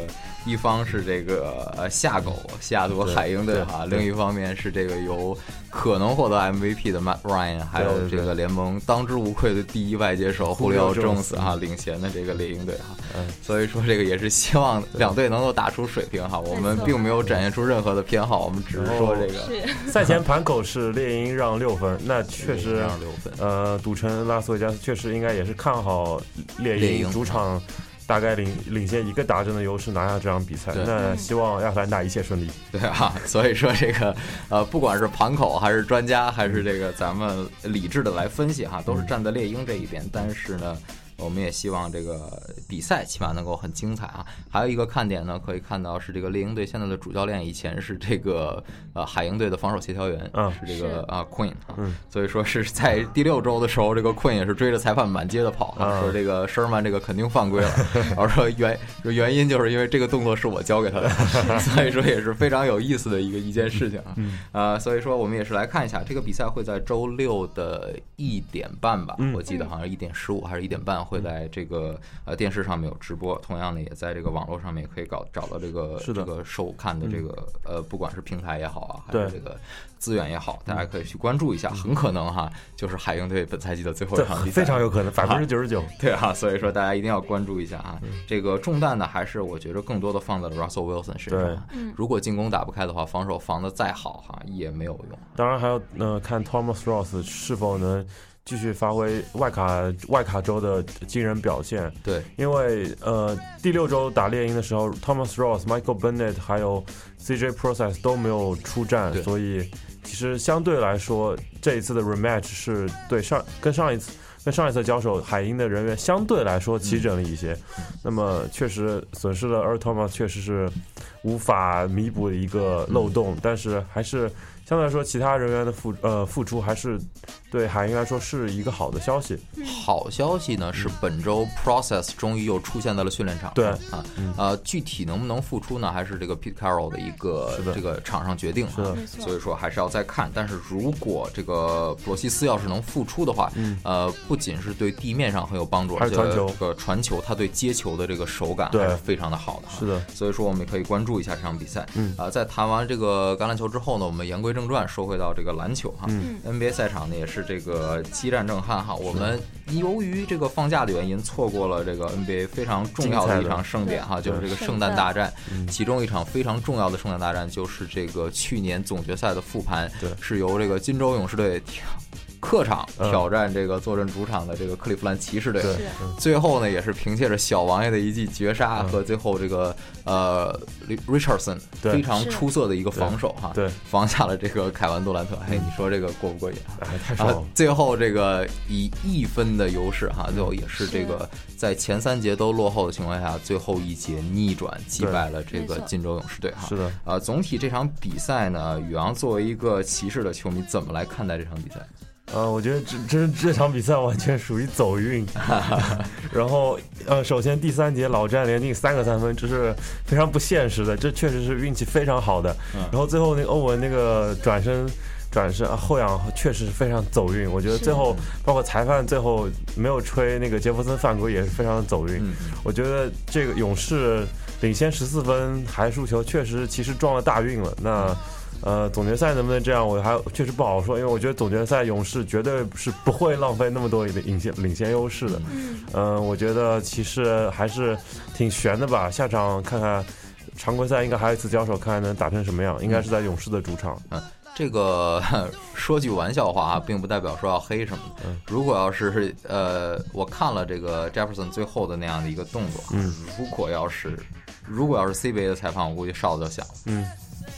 [SPEAKER 1] 一方是这个呃夏狗西雅图海鹰队哈，
[SPEAKER 5] 对
[SPEAKER 1] 另
[SPEAKER 5] 对
[SPEAKER 1] 一方面是这个由可能获得 MVP 的 Matt Ryan，还有
[SPEAKER 5] 对
[SPEAKER 1] 这
[SPEAKER 5] 对
[SPEAKER 1] 个联盟当之无愧的第一外接手
[SPEAKER 5] Julio
[SPEAKER 1] Julio Jones
[SPEAKER 5] Jones
[SPEAKER 1] 啊领衔的这个猎鹰队哈。
[SPEAKER 5] 嗯
[SPEAKER 1] 所以说这个也是希望两队能够打出水平哈。我们
[SPEAKER 3] 没错
[SPEAKER 1] 并没有展现出任何的偏好，我们只是说这个
[SPEAKER 3] 是，
[SPEAKER 5] 赛前盘口是猎鹰让六分，那确
[SPEAKER 1] 这
[SPEAKER 5] 实
[SPEAKER 1] 样，六分。
[SPEAKER 5] 呃，赌城拉斯维加斯确实应该也是看好猎
[SPEAKER 1] 猎鹰
[SPEAKER 5] 鹰主场。大概领领先一个达阵的优势拿下这场比赛
[SPEAKER 1] 对，
[SPEAKER 5] 那希望亚特兰大一切顺利。
[SPEAKER 1] 对啊，所以说这个呃，不管是盘口还是专家，还是这个咱们理智的来分析哈，都是站在猎鹰这一边。但是呢，我们也希望这个比赛起码能够很精彩啊。还有一个看点呢，可以看到是这个猎鹰队现在的主教练以前是这个呃海鹰队的防守协调员，
[SPEAKER 5] 嗯
[SPEAKER 1] 是这个
[SPEAKER 3] 是
[SPEAKER 1] 啊 Queen 啊，所以说是在第六周的时候，这个 Queen 也是追着裁判满街的跑啊，
[SPEAKER 5] 嗯
[SPEAKER 1] 说这个 Sherman 这个肯定犯规 了，然后说原说原因就是因为这个动作是我教给他 的，所以说也是非常有意思的一个一件事情啊，
[SPEAKER 5] 嗯
[SPEAKER 1] 呃，所以说我们也是来看一下这个比赛会在周六的一点半
[SPEAKER 5] 嗯
[SPEAKER 1] 吧，我记得好像一点十五还是一点半会在这个呃电视上面有直播，同样呢也在这个网络上面也可以搞找到这个
[SPEAKER 5] 是的
[SPEAKER 1] 这个收看的这个呃不管是平台也好啊，还
[SPEAKER 5] 对嗯
[SPEAKER 1] 是这个资源也好，大家可以去关注一下，很可能哈就是海鹰队本赛季的最后
[SPEAKER 5] 这
[SPEAKER 1] 一场比赛，
[SPEAKER 5] 非常有可能，百分之九十九。
[SPEAKER 1] 对啊，所以说大家一定要关注一下
[SPEAKER 5] 嗯
[SPEAKER 1] 啊。这个重担呢，还是我觉得更多的放在了 Russell Wilson 身上啊。如果进攻打不开的话，防守防的再好哈也没有用。
[SPEAKER 5] 当然还要呃看 Thomas Ross 是否能继续发挥外卡外卡州的惊人表现，
[SPEAKER 1] 对，
[SPEAKER 5] 因为呃第六周打猎鹰的时候，Thomas Ross、Michael Bennett 还有 CJ Process 都没有出战
[SPEAKER 1] 对，
[SPEAKER 5] 所以其实相对来说这一次的 rematch 是对上跟上一次跟上一次交手，海鹰的人员相对来说齐整了一些，那么确实损失了 Earl Thomas，确实是无法弥补的一个漏洞，但是还是相对来说其他人员的付呃付出还是对海鹰来说是一个好的消息。
[SPEAKER 1] 好消息呢是本周 Process 终于又出现在了训练场上。
[SPEAKER 5] 对嗯
[SPEAKER 1] 啊，呃，具体能不能复出呢？还是这个 Pete Carroll 的一个
[SPEAKER 5] 的
[SPEAKER 1] 这个场上决定
[SPEAKER 5] 是的
[SPEAKER 1] 啊。所以说还是要再看。但是如果这个布罗西斯要是能复出的话，呃，不仅是对地面上很有帮助，
[SPEAKER 5] 嗯还
[SPEAKER 1] 而且
[SPEAKER 5] 有传球
[SPEAKER 1] 这个传球他对接球的这个手感
[SPEAKER 5] 对
[SPEAKER 1] 还是非常的好的。啊
[SPEAKER 5] 是的。
[SPEAKER 1] 所以说我们也可以关注一下这场比赛。嗯，啊，在谈完这个橄榄球之后呢，我们言归正传，说回到这个篮球哈。嗯，NBA 赛场呢也是这个激战正酣哈。我们由于这个放假的原因，错过了这个 NBA 非常重要的一嗯场盛典哈，就是这个圣诞大战。其中一场非常重要的圣诞大战就是这个去年总决赛的复盘，
[SPEAKER 5] 对
[SPEAKER 1] 是由这个金州勇士队挑客场
[SPEAKER 5] 嗯
[SPEAKER 1] 挑战这个坐镇主场的这个克利夫兰骑士队。
[SPEAKER 5] 对
[SPEAKER 1] 最后呢，也是凭借着小王爷的一记绝杀
[SPEAKER 5] 嗯
[SPEAKER 1] 和最后这个呃，Ri-，Richardson
[SPEAKER 5] 对
[SPEAKER 1] 非常
[SPEAKER 3] 是
[SPEAKER 1] 出色的一个防守哈，
[SPEAKER 5] 对对
[SPEAKER 1] 防下了这个凯文杜兰特。哎，你说这个过不过瘾啊？
[SPEAKER 5] 哎，太爽
[SPEAKER 1] 啊
[SPEAKER 5] 了！，
[SPEAKER 1] 最后这个以一分的优势
[SPEAKER 5] 嗯
[SPEAKER 1] 哈，最后也是这个在前三节都落后的情况下，最后一节逆转击败了这个
[SPEAKER 3] 没错
[SPEAKER 1] 金州勇士队哈。
[SPEAKER 5] 是的，
[SPEAKER 1] 呃，总体这场比赛呢，宇昂作为一个骑士的球迷，怎么来看待这场比赛？
[SPEAKER 5] 呃，我觉得这这这场比赛完全属于走运。然后，呃，首先第三节老詹连进三个三分，这是非常不现实的，这确实是运气非常好的。然后最后那个欧文那个转身。转身啊后仰确实是非常走运，我觉得最后包括裁判最后没有吹那个杰弗森犯规也是非常走运。我觉得这个勇士领先十四分还输球，确实其实撞了大运了。那呃，总决赛能不能这样，我还确实不好说，因为我觉得总决赛勇士绝对是不会浪费那么多的领先领先优势的。嗯、我觉得骑士还是挺悬的吧，下场看看。常规赛应该还有一次交手，看看能打成什么样。应该是在勇士的主场，
[SPEAKER 1] 嗯，这个 说句玩笑话啊，并不代表说要黑什么的。
[SPEAKER 5] 嗯
[SPEAKER 1] 如果要是呃，我看了这个 Jefferson 最后的那样的一个动作啊，
[SPEAKER 5] 嗯
[SPEAKER 1] 如果要是如果要是 CBA 的裁判，我估计哨子就响了。
[SPEAKER 5] 嗯，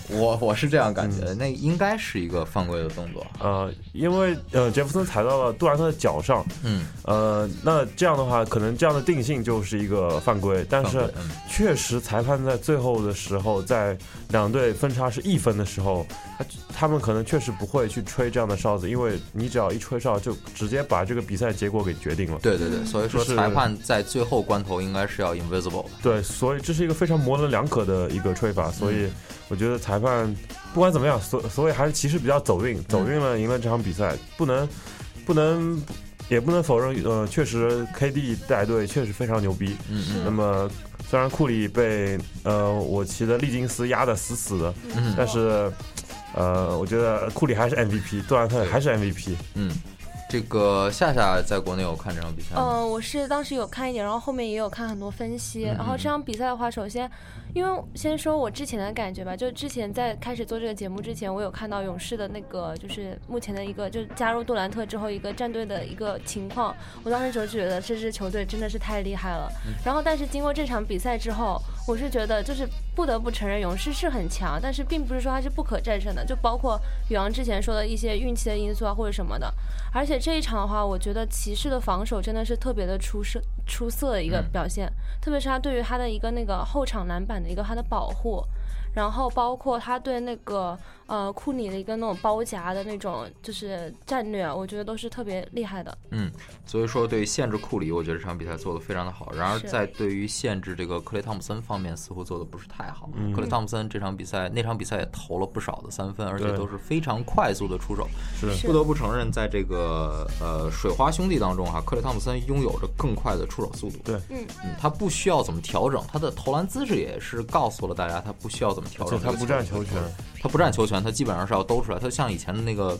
[SPEAKER 1] 我我是这样感觉的，那应该是一个犯规的动作。啊
[SPEAKER 5] 呃，因为呃，杰弗森踩到了杜兰特的脚上，
[SPEAKER 1] 嗯，
[SPEAKER 5] 呃，那这样的话，可能这样的定性就是一个犯规，但
[SPEAKER 1] 犯
[SPEAKER 5] 是
[SPEAKER 1] 规嗯
[SPEAKER 5] 确实裁判在最后的时候，在两队分差是一分的时候，他他们可能确实不会去吹这样的哨子，因为你只要一吹哨，就直接把这个比赛结果给决定了。
[SPEAKER 1] 对对对，所以说
[SPEAKER 5] 就是
[SPEAKER 1] 裁判在最后关头应该是要 invisible 的。
[SPEAKER 5] 对，所以这是一个非常模棱两可的一个吹法，所
[SPEAKER 1] 嗯
[SPEAKER 5] 以我觉得裁判不管怎么样，所所以还是骑士比较走运，走运
[SPEAKER 1] 嗯
[SPEAKER 5] 了赢了这场比赛，不能不能也不能否认，呃，确实 KD 带队确实非常牛逼。
[SPEAKER 1] 嗯嗯
[SPEAKER 5] 那么虽然库里被呃我骑的利金斯压得死死的，
[SPEAKER 1] 嗯
[SPEAKER 5] 但是呃，我觉得库里还是 MVP，杜兰特还是 MVP。
[SPEAKER 1] 嗯，这个夏夏在国内有看这场比赛吗？
[SPEAKER 3] 嗯，我是当时有看一点，然后后面也有看很多分析。然后这场比赛的话，首先，因为先说我之前的感觉吧，就之前在开始做这个节目之前，我有看到勇士的那个就是目前的一个，就是加入杜兰特之后一个战队的一个情况，我当时就觉得这支球队真的是太厉害了。然后，但是经过这场比赛之后，我是觉得就是不得不承认勇士是很强，但是并不是说它是不可战胜的，就包括宇昂之前说的一些运气的因素啊或者什么的。而且这一场的话，我觉得骑士的防守真的是特别的出色出色的一个表现，特别是他对于他的一个那个后场篮板的一个他的保护，然后包括他对那个呃库里的一个那种包夹的那种就是战略，我觉得都是特别厉害的。
[SPEAKER 1] 嗯，所以说对于限制库里，我觉得这场比赛做得非常的好。然而
[SPEAKER 3] 是
[SPEAKER 1] 在对于限制这个克雷汤普森方面，似乎做得不是太好。
[SPEAKER 5] 嗯
[SPEAKER 1] 克雷汤普森这场比赛那场比赛也投了不少的三分，而且
[SPEAKER 5] 对
[SPEAKER 1] 都是非常快速的出手。
[SPEAKER 3] 是
[SPEAKER 1] 不得不承认，在这个呃水花兄弟当中哈、克雷汤普森拥有着更快的出手速度。
[SPEAKER 5] 对
[SPEAKER 3] 嗯
[SPEAKER 1] 嗯，他不需要怎么调整，他的投篮姿势也是告诉了大家他不需要怎么调
[SPEAKER 5] 就
[SPEAKER 1] 整。
[SPEAKER 5] 他不占球权，
[SPEAKER 1] 他不占球权，他基本上是要兜出来。他像以前的那个，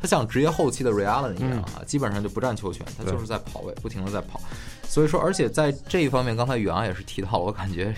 [SPEAKER 1] 他像职业后期的 Ray Allen 一样啊，基本上就不占球权，他
[SPEAKER 5] 嗯对
[SPEAKER 1] 就是在跑位，不停的在跑。所以说，而且在这一方面，刚才宇昂也是提到了，我感觉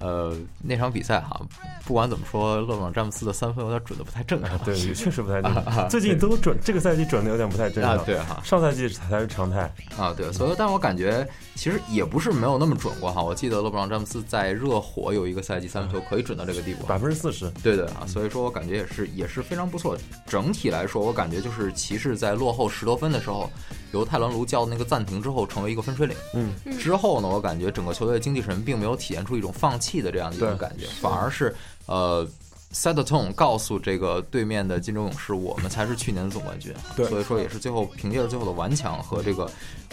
[SPEAKER 1] 呃，那场比赛哈，不管怎么说，勒布朗詹姆斯的三分有点准的不太正 常。
[SPEAKER 5] 对，确实不 太正常。最近都准，这个赛季准的有点不太正
[SPEAKER 1] 啊
[SPEAKER 5] 常。
[SPEAKER 1] 对哈
[SPEAKER 5] 上赛季才是常态。
[SPEAKER 1] 啊，对，所以但我感觉其实也不是没有那么准过哈。我记得勒布朗詹姆斯在热火有一个赛季三分球可以准到这个地步，
[SPEAKER 5] 百分之四十，
[SPEAKER 1] 对对
[SPEAKER 5] 嗯
[SPEAKER 1] 啊，所以说我感觉也是也是非常不错。整体来说，我感觉就是骑士在落后十多分的时候，由泰伦卢叫那个暂停之后，成为一个分水岭。
[SPEAKER 5] 嗯，
[SPEAKER 1] 之后呢，我感觉整个球队的精气神并没有体现出一种放弃的这样的一种
[SPEAKER 5] 对
[SPEAKER 1] 感觉，反而是呃。set the tone，告诉这个对面的金州勇士，我们才是去年的总冠军。啊
[SPEAKER 5] 对
[SPEAKER 1] 所以说也是最后凭借着最后的顽强和这个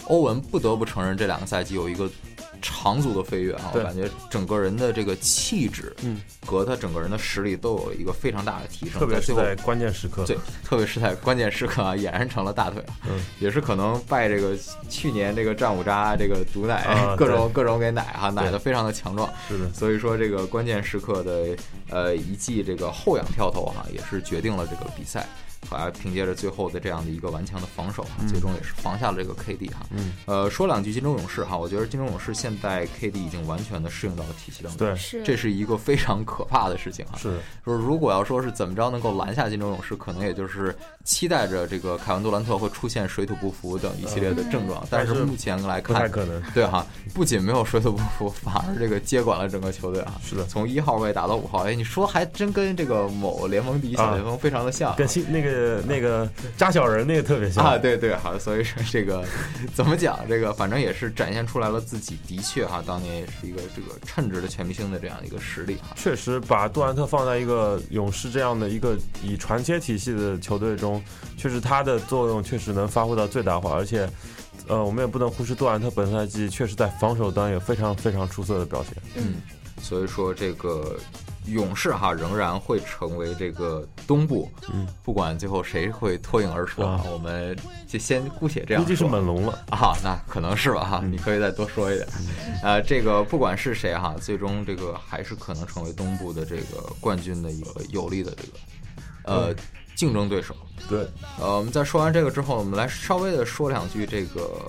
[SPEAKER 1] 欧文，不得不承认这两个赛季有一个长足的飞跃啊！我
[SPEAKER 5] 对
[SPEAKER 1] 感觉整个人的这个气质，
[SPEAKER 5] 嗯，
[SPEAKER 1] 和他整个人的实力都有一个非常大的提升，
[SPEAKER 5] 特别是
[SPEAKER 1] 最后
[SPEAKER 5] 在关键时刻。
[SPEAKER 1] 对，特别是在关键时刻啊，俨然成了大腿啊，
[SPEAKER 5] 嗯
[SPEAKER 1] 也是可能拜这个去年这个战五渣这个毒奶、
[SPEAKER 5] 啊
[SPEAKER 1] 各
[SPEAKER 5] 对
[SPEAKER 1] 种各种给奶哈、奶
[SPEAKER 5] 对
[SPEAKER 1] 的非常的强壮，
[SPEAKER 5] 是的
[SPEAKER 1] 所以说这个关键时刻的呃一记这个后仰跳投哈、也是决定了这个比赛。还凭借着最后的这样的一个顽强的防守、啊，最终也是防下了这个 KD 哈、
[SPEAKER 5] 嗯，
[SPEAKER 1] 呃，说两句金州勇士哈，我觉得金州勇士现在 KD 已经完全的适应到了体系当中，
[SPEAKER 5] 对，
[SPEAKER 3] 是
[SPEAKER 1] 这是一个非常可怕的事情啊。
[SPEAKER 5] 是的
[SPEAKER 1] 就是如果要说是怎么着能够拦下金州勇士，可能也就是期待着这个凯文杜兰特会出现水土不服等一系列的症状，但是
[SPEAKER 5] 嗯但是
[SPEAKER 1] 目前来
[SPEAKER 5] 不
[SPEAKER 1] 看
[SPEAKER 5] 太，可能。
[SPEAKER 1] 对哈，不仅没有水土不服，反而这个接管了整个球队啊。
[SPEAKER 5] 是的
[SPEAKER 1] 从一号位打到五号，哎，你说还真跟这个某联盟第一小
[SPEAKER 5] 啊
[SPEAKER 1] 前锋非常的像啊。
[SPEAKER 5] 跟新那个那个扎小人那个特别像
[SPEAKER 1] 啊，对对，好，所以说这个 怎么讲，这个反正也是展现出来了自己的确哈、当年也是一个这个称职的全明星的这样一个实力哈、
[SPEAKER 5] 确实把杜兰特放在一个勇士这样的一个以传切体系的球队中，确实他的作用确实能发挥到最大化，而且。呃，我们也不能忽视杜兰特本赛季确实在防守端有非常非常出色的表现。
[SPEAKER 1] 所以说这个勇士哈仍然会成为这个东部，嗯，不管最后谁会脱颖而出啊，
[SPEAKER 5] 哇
[SPEAKER 1] 我们就先姑且这样
[SPEAKER 5] 估
[SPEAKER 1] 说，
[SPEAKER 5] 计是猛嗯龙了，
[SPEAKER 1] 啊，那可能是吧哈，你可以再多说一点。
[SPEAKER 5] 嗯
[SPEAKER 1] 呃，这个不管是谁哈，最终这个还是可能成为东部的这个冠军的一个有力的这个呃竞争对手。
[SPEAKER 5] 对，
[SPEAKER 1] 呃，我们在说完这个之后，我们来稍微的说两句这个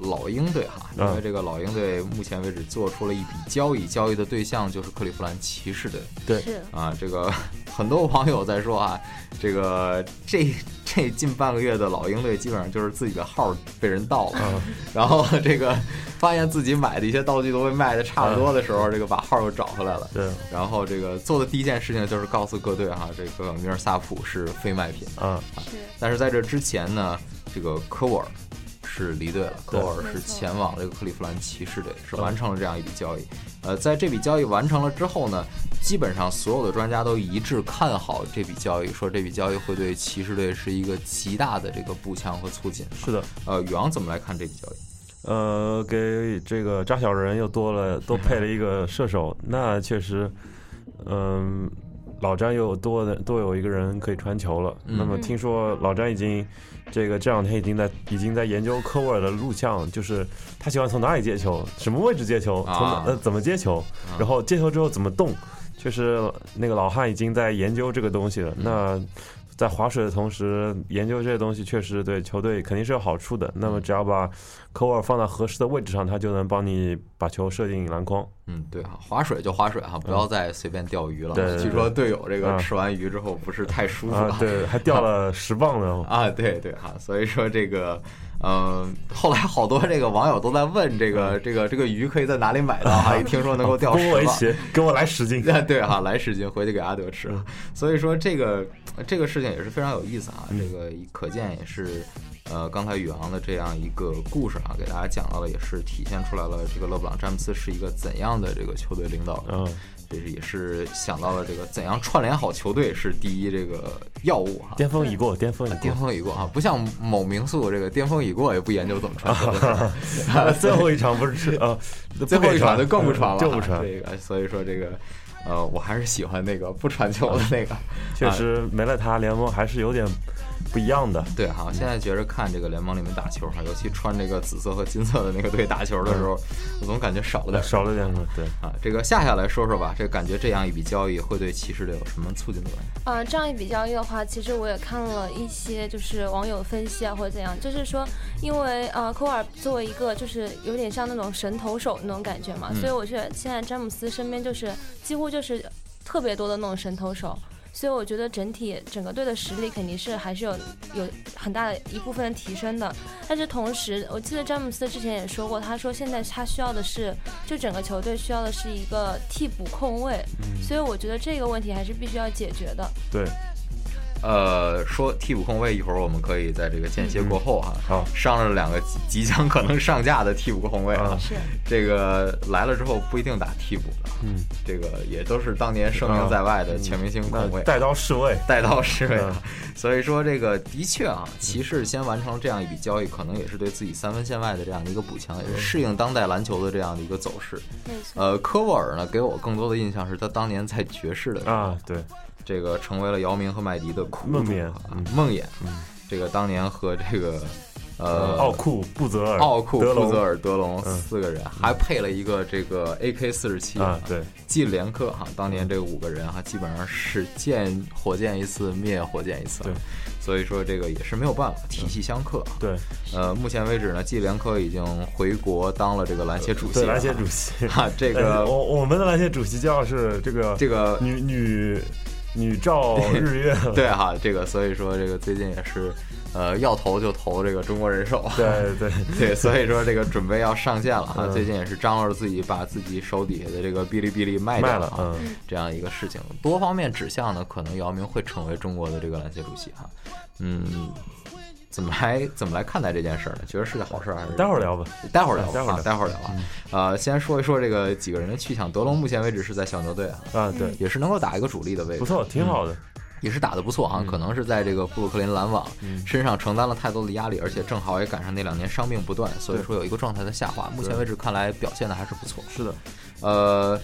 [SPEAKER 1] 老鹰队哈，
[SPEAKER 5] 嗯
[SPEAKER 1] 因为这个老鹰队目前为止做出了一笔交易，交易的对象就是克利夫兰骑士队
[SPEAKER 3] 是
[SPEAKER 1] 啊。这个 很多网友在说啊，这个这这近半个月的老鹰队基本上就是自己的号被人盗了，
[SPEAKER 5] 嗯
[SPEAKER 1] 然后这个发现自己买的一些道具都被卖的差不多的时候，这个把号又找回来了。
[SPEAKER 5] 嗯对
[SPEAKER 1] 然后这个做的第一件事情就是告诉各队哈、这个米尔萨普是非卖品。
[SPEAKER 5] 啊，
[SPEAKER 1] 但是在这之前呢，这个科沃尔是离队了，科
[SPEAKER 5] 对
[SPEAKER 1] 沃尔是前往这个克利夫兰骑士队，是完成了这样一笔交易。呃，在这笔交易完成了之后呢，基本上所有的专家都一致看好这笔交易，说这笔交易会对骑士队是一个极大的这个补强和促进。
[SPEAKER 5] 是的，
[SPEAKER 1] 呃，宇昂怎么来看这笔交易？
[SPEAKER 5] 呃，给这个扎小人又多了多配了一个射手，那确实，嗯、老詹又多的多有一个人可以传球了。
[SPEAKER 1] 嗯
[SPEAKER 5] 那么听说老詹已经这个这两天已经在已经在研究科沃尔的录像，就是他喜欢从哪里接球，什么位置接球，从哪
[SPEAKER 1] 啊
[SPEAKER 5] 呃怎么接球，然后接球之后怎么动，就是那个老汉已经在研究这个东西了。
[SPEAKER 1] 嗯
[SPEAKER 5] 那在划水的同时，研究这些东西确实对球队肯定是有好
[SPEAKER 1] 嗯
[SPEAKER 5] 处的。那么只要把科沃尔放到合适的位置上，他就能帮你把球射进篮筐。
[SPEAKER 1] 嗯，对哈、划水就划水哈、不要再随便钓鱼了。
[SPEAKER 5] 嗯对对对
[SPEAKER 1] 据说队友这个
[SPEAKER 5] 啊
[SPEAKER 1] 吃完鱼之后不是太舒服、
[SPEAKER 5] 啊，对，还掉了十 磅呢。
[SPEAKER 1] 啊，对对哈、所以说这个，呃，后来好多这个网友都在问这个这个这个鱼可以在哪里买到啊哈、一听说能够钓
[SPEAKER 5] 跟我
[SPEAKER 1] 十
[SPEAKER 5] 一
[SPEAKER 1] 磅。
[SPEAKER 5] 起，跟我来十斤。
[SPEAKER 1] 啊， 对哈、来十斤回去给阿德吃。所以说这个这个事情也是非常有意思啊，这个可见也是，呃，刚才宇昂的这样一个故事啊，给大家讲到了，也是体现出来了这个勒布朗詹姆斯是一个怎样的这个球队领导人。
[SPEAKER 5] 嗯，
[SPEAKER 1] 这是也是想到了这个怎样串联好球队是第一这个要务啊哈、
[SPEAKER 5] 巅峰已过，巅峰已
[SPEAKER 1] 巅
[SPEAKER 5] 过。
[SPEAKER 1] 峰已过啊，不像某名宿这个巅峰已过也不研究怎么传球的事儿，
[SPEAKER 5] 啊 最后一场不是 吃啊，
[SPEAKER 1] 呃最后一场
[SPEAKER 5] 场
[SPEAKER 1] 就更不传了啊，
[SPEAKER 5] 就不传。
[SPEAKER 1] 这个，所以说这个， 呃，我还是喜欢那个不传球的那个，
[SPEAKER 5] 确实没了他，联盟还是有点不一样的。
[SPEAKER 1] 对哈，现在觉着看这个联盟里面打球哈，尤其穿这个紫色和金色的那个队打球的时候，我总感觉少了点
[SPEAKER 5] 嗯少了点什么？对，
[SPEAKER 1] 啊。这个下下来说说吧，这感觉这样一笔交易会对骑士队有什么促进作用？
[SPEAKER 3] 呃，这样一比较易的话，其实我也看了一些就是网友分析啊，或者怎样，就是说，因为呃，科尔作为一个就是有点像那种神投手那种感觉嘛，所以我觉得现在詹姆斯身边就是几乎就是特别多的那种神投手。所以我觉得整体整个队的实力肯定是还是有有很大的一部分的提升的，但是同时，我记得詹姆斯之前也说过，他说现在他需要的是，就整个球队需要的是一个替补控卫，所以我觉得这个问题还是必须要解决的。
[SPEAKER 5] 对，
[SPEAKER 1] 呃，说替补控卫，一会儿我们可以在这个间歇过后哈、
[SPEAKER 5] 嗯好
[SPEAKER 1] 上了两个即即将可能上架的替补控卫啊
[SPEAKER 5] 啊，
[SPEAKER 3] 是
[SPEAKER 1] 这个来了之后不一定打替补的，
[SPEAKER 5] 嗯，
[SPEAKER 1] 这个也都是当年盛名在外的全明星控卫
[SPEAKER 5] 那。带刀侍卫，
[SPEAKER 1] 带刀侍卫啊
[SPEAKER 5] 嗯，
[SPEAKER 1] 所以说这个的确啊，骑士先完成这样一笔交易，可能也是对自己三分线外的这样的一个补强，也是适应当代篮球的这样的一个走势。
[SPEAKER 3] 没错，
[SPEAKER 1] 呃，科沃尔呢，给我更多的印象是他当年在爵士的时候，
[SPEAKER 5] 啊，对，
[SPEAKER 1] 这个成为了姚明和麦迪的苦主
[SPEAKER 5] 梦魇嗯
[SPEAKER 1] 啊梦魇，这个当年和这个呃
[SPEAKER 5] 奥库、布泽尔、
[SPEAKER 1] 奥库、
[SPEAKER 5] 德
[SPEAKER 1] 布
[SPEAKER 5] 隆
[SPEAKER 1] 泽尔、德隆
[SPEAKER 5] 嗯
[SPEAKER 1] 四个人，还配了一个这个 AK 四十七
[SPEAKER 5] 啊，对，
[SPEAKER 1] 季连克哈，当年这五个人哈，基本上是见火箭一次灭火箭一次，啊
[SPEAKER 5] 对，嗯
[SPEAKER 1] 所以说这个也是没有办法，体系相克。
[SPEAKER 5] 对，
[SPEAKER 1] 呃，目前为止呢，季连克已经回国当了这个篮协主席
[SPEAKER 5] 对
[SPEAKER 1] 了哈，
[SPEAKER 5] 篮协主席
[SPEAKER 1] 哈这个
[SPEAKER 5] 哎我我们的篮协主席叫是这个
[SPEAKER 1] 这个，
[SPEAKER 5] 女女女照日月
[SPEAKER 1] 对哈，这个所以说这个最近也是，呃，要投就投这个中国人寿，
[SPEAKER 5] 对对
[SPEAKER 1] 对，所以说这个准备要上线了哈。
[SPEAKER 5] 嗯
[SPEAKER 1] 最近也是张罗着自己把自己手底下的这个哔哩哔哩卖掉
[SPEAKER 5] 卖了
[SPEAKER 1] 啊，
[SPEAKER 5] 嗯。
[SPEAKER 1] 这样一个事情，多方面指向呢，可能姚明会成为中国的这个篮协主席哈。嗯，怎么来怎么来看待这件事儿呢？觉得是个好事儿还是？
[SPEAKER 5] 待会儿聊吧，
[SPEAKER 1] 待会儿聊吧，
[SPEAKER 5] 待会儿
[SPEAKER 1] 啊
[SPEAKER 5] 聊嗯
[SPEAKER 1] 待会儿聊啊。呃，先说一说这个几个人的去向。德隆目前为止是在小牛队啊，
[SPEAKER 5] 啊， 对，
[SPEAKER 1] 也是能够打一个主力的位置，
[SPEAKER 5] 不错，挺好的，
[SPEAKER 1] 也是打得不错啊，可能是在这个布鲁克林篮网身上承担了太多的压力，而且正好也赶上那两年伤病不断，所以说有一个状态的下滑。目前为止看来表现的还是不错。
[SPEAKER 5] 是的，
[SPEAKER 1] 呃，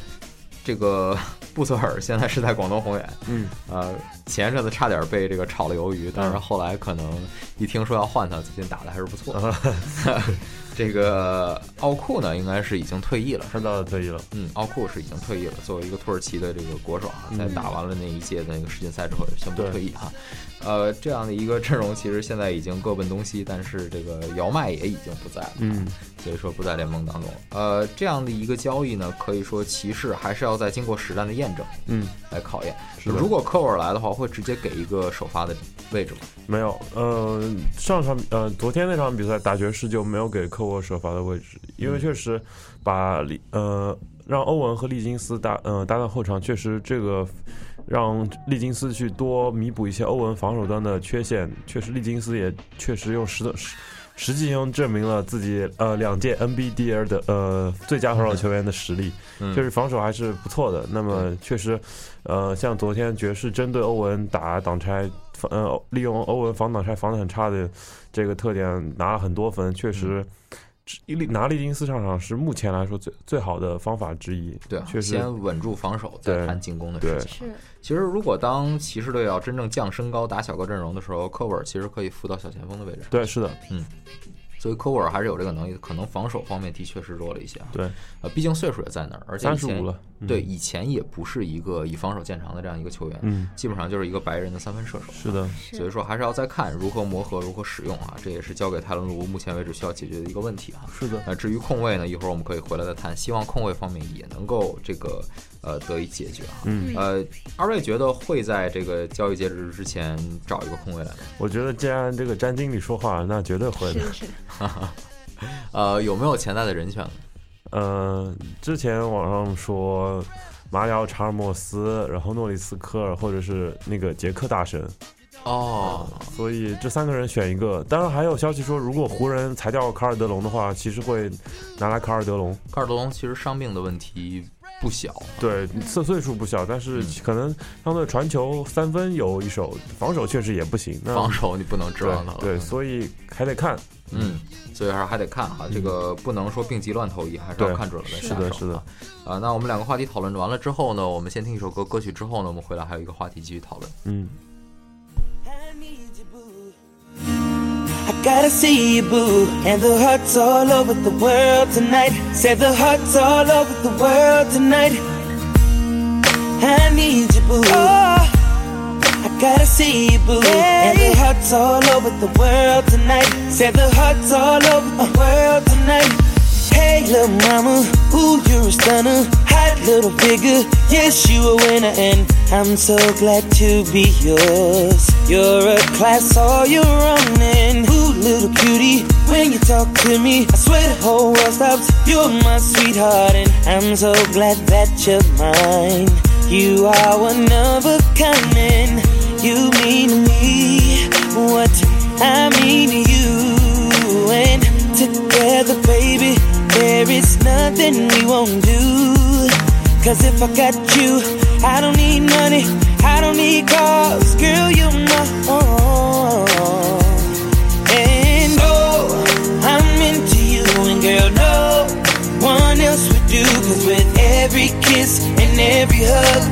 [SPEAKER 1] 这个 布泽尔现在是在广东宏远，
[SPEAKER 5] 嗯，
[SPEAKER 1] 呃，前一阵子差点被这个炒了鱿鱼，但是后来可能一听说要换他，最近打的还是不错。这个奥库呢，应该是已经退役了，
[SPEAKER 5] 看到了退役了，
[SPEAKER 1] 嗯，奥库是已经退役了。作为一个土耳其的这个国手啊，在打完了那一届的那个世锦赛之后，宣布
[SPEAKER 5] 嗯对
[SPEAKER 1] 退役哈。呃，这样的一个阵容其实现在已经各奔东西，但是这个姚麦也已经不在了，
[SPEAKER 5] 嗯，
[SPEAKER 1] 所以说不在联盟当中。呃，这样的一个交易呢，可以说骑士还是要再经过实战的验证，
[SPEAKER 5] 嗯，
[SPEAKER 1] 来考验。
[SPEAKER 5] 的
[SPEAKER 1] 如果科沃尔来的话，会直接给一个首发的位置吗？
[SPEAKER 5] 没有，呃，上场呃，昨天那场比赛打爵士就没有给科沃首发的位置，因为确实把利呃让欧文和利金斯搭呃搭档后场，确实这个让利金斯去多弥补一些欧文防守端的缺陷，确实利金斯也确实用实的实。实际上证明了自己呃两届 NBDL 的呃最佳防守球员的实力，
[SPEAKER 1] 嗯
[SPEAKER 5] 确实防守还是不错的。那么确实，呃，像昨天爵士针对欧文打挡拆，防呃，利用欧文防挡拆防得很差的这个特点拿了很多分，确实。
[SPEAKER 1] 嗯
[SPEAKER 5] 拿利金斯上场是目前来说最最好的方法之一，
[SPEAKER 1] 对啊，
[SPEAKER 5] 确实
[SPEAKER 1] 先稳住防守，再
[SPEAKER 5] 对
[SPEAKER 1] 谈进攻的事
[SPEAKER 5] 对
[SPEAKER 1] 情。
[SPEAKER 3] 是
[SPEAKER 1] 其实，如果当骑士队要真正降身高、打小个阵容的时候，科沃尔其实可以扶到小前锋的位置。
[SPEAKER 5] 对，是的，
[SPEAKER 1] 所以科沃尔还是有这个能力的，可能防守方面的确是弱了一些啊。
[SPEAKER 5] 对，
[SPEAKER 1] 呃，毕竟岁数也在那儿，而且以
[SPEAKER 5] 三十
[SPEAKER 1] 前
[SPEAKER 5] 五了，嗯
[SPEAKER 1] 对，，以前也不是一个以防守见长的这样一个球员，
[SPEAKER 5] 嗯，
[SPEAKER 1] 基本上就是一个白人的三分射手。
[SPEAKER 5] 是的，
[SPEAKER 1] 所以说还是要再看如何磨合、如何使用啊，这也是交给泰伦卢目前为止需要解决的一个问题啊。
[SPEAKER 5] 是的，
[SPEAKER 1] 那至于控卫呢，一会儿我们可以回来再谈，希望控卫方面也能够这个呃得以解决啊。
[SPEAKER 5] 嗯
[SPEAKER 1] 呃，二位觉得会在这个交易截止日之前找一个控卫来吗？
[SPEAKER 5] 我觉得既然这个詹经理说话，那绝对会的。
[SPEAKER 3] 是是，
[SPEAKER 1] 呃，有没有潜在的人选呢？
[SPEAKER 5] 呃，之前网上说马里奥查尔莫斯，然后诺里斯科尔，或者是那个捷克大神，
[SPEAKER 1] 哦，
[SPEAKER 5] 所以这三个人选一个。当然还有消息说，如果湖人裁掉卡尔德隆的话，其实会拿来卡尔德隆。
[SPEAKER 1] 卡尔德隆其实伤病的问题不小，
[SPEAKER 5] 对，岁岁数不小，但是可能相对传球三分有一手，防守确实也不行。那
[SPEAKER 1] 防守你不能指望他
[SPEAKER 5] 对
[SPEAKER 1] 了。
[SPEAKER 5] 对，所以还得看。
[SPEAKER 1] 嗯，所以还是还得看哈，这个不能说病急乱投医，还是要
[SPEAKER 5] 对
[SPEAKER 1] 看准了再下手。
[SPEAKER 5] 是的是的
[SPEAKER 1] 啊。啊，那我们两个话题讨论完了之后呢，我们先听一首歌，歌曲之后呢，我们回来还有一个话题继续讨论。
[SPEAKER 5] 嗯，
[SPEAKER 9] I need you, boo. Gotta see you, boo. And the hearts all over the world tonight. Said the hearts all over the world tonight. I need you, boo. I gotta see you, boo. And the hearts all over the world tonight. Said the hearts all over the world tonight. Hey, little mama, ooh, you're a stunner. Hot little figure, yes, you a winner. And I'm so glad to be yours. You're a class all your own. And ooh, little cutie, when you talk to me, I swear the whole world stops. You're my sweetheart, and I'm so glad that you're mine. You are one of a kind, and you mean to me what I mean to you. And together, baby, there is nothing we won't do. Cause if I got you, I don't need money, I don't need cars, girl, you're my all. And oh, I'm into you, and girl, no one else would do. Cause with every kiss and every hug,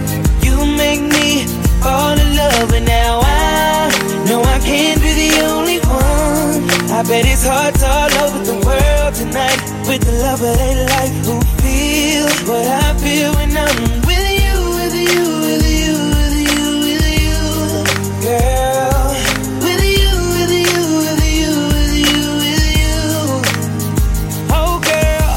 [SPEAKER 9] you make me fall in love. And now I know I can't be the only one. I bet it's hearts all over the world tonight with the love of their life who feel what I feel when I'm with you, with you, with you, with you, with you, girl. With you, with you, with you, with you, with you. Oh girl,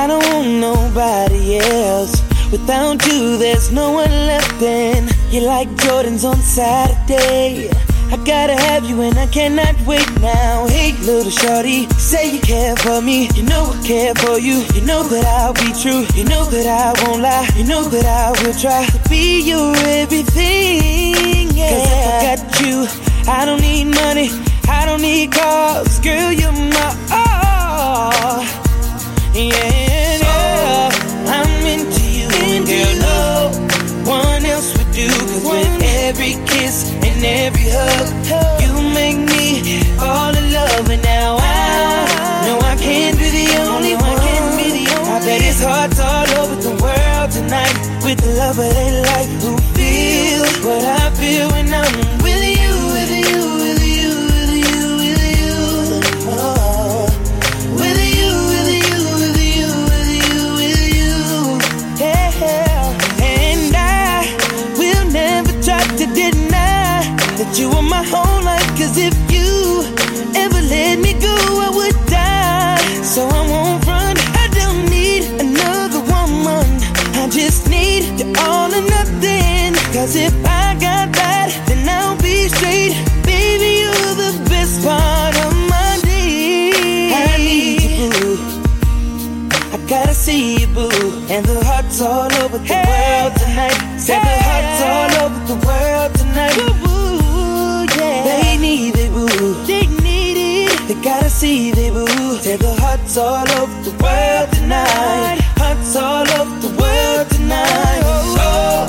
[SPEAKER 9] I don't want nobody else. Without you, there's no one left. And you're like Jordans on Saturday. I gotta have you and I cannot wait now. Hey, little shorty, say you care for me. You know I care for you. You know that I'll be true. You know that I won't lie. You know that I will try to be your everything. Yeah. Cause if I got you, I don't need money. I don't need cars. Girl, you're my all. Yeah, girl, I'm into you, and girl, no one else would do. Cause with every kiss and every hug, you make me fall in love. And now I know I can't be the only one. I bet it's hearts all over the world tonight with the love of their life who feel what I feel when I'm with you, with you, with you, with you, with you. Oh. With you, with you, with you, with you, with you, yeah. And I will never try to deny that you are my whole life. 'Cause if you ever let me go, I would die. So I won't run. I don't need another woman. I just need you all or nothing. 'Cause if I got that, then I'll be straight. Baby, you're the best part of my day. I need you, boo. I gotta see you, boo. And the hearts all over the world tonight. Said the hearts all over the world tonight. They need it, boo. They need it. They gotta see it, boo. Said the hearts all over the world tonight. Hearts all over the world tonight. Oh,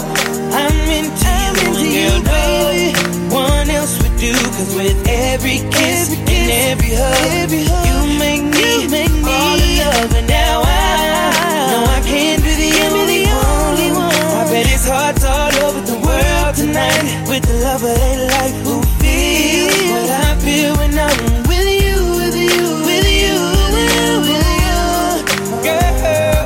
[SPEAKER 9] I'm into you, and girl, no one else would do. Cause with every kiss and every hug, you make me, fall in love. And now I know I can't be the only, one. I bet it's hearts all over the world tonight with the love of their life. Who feel what I feel when I'm with you, with you, with you, with you, with you, girl.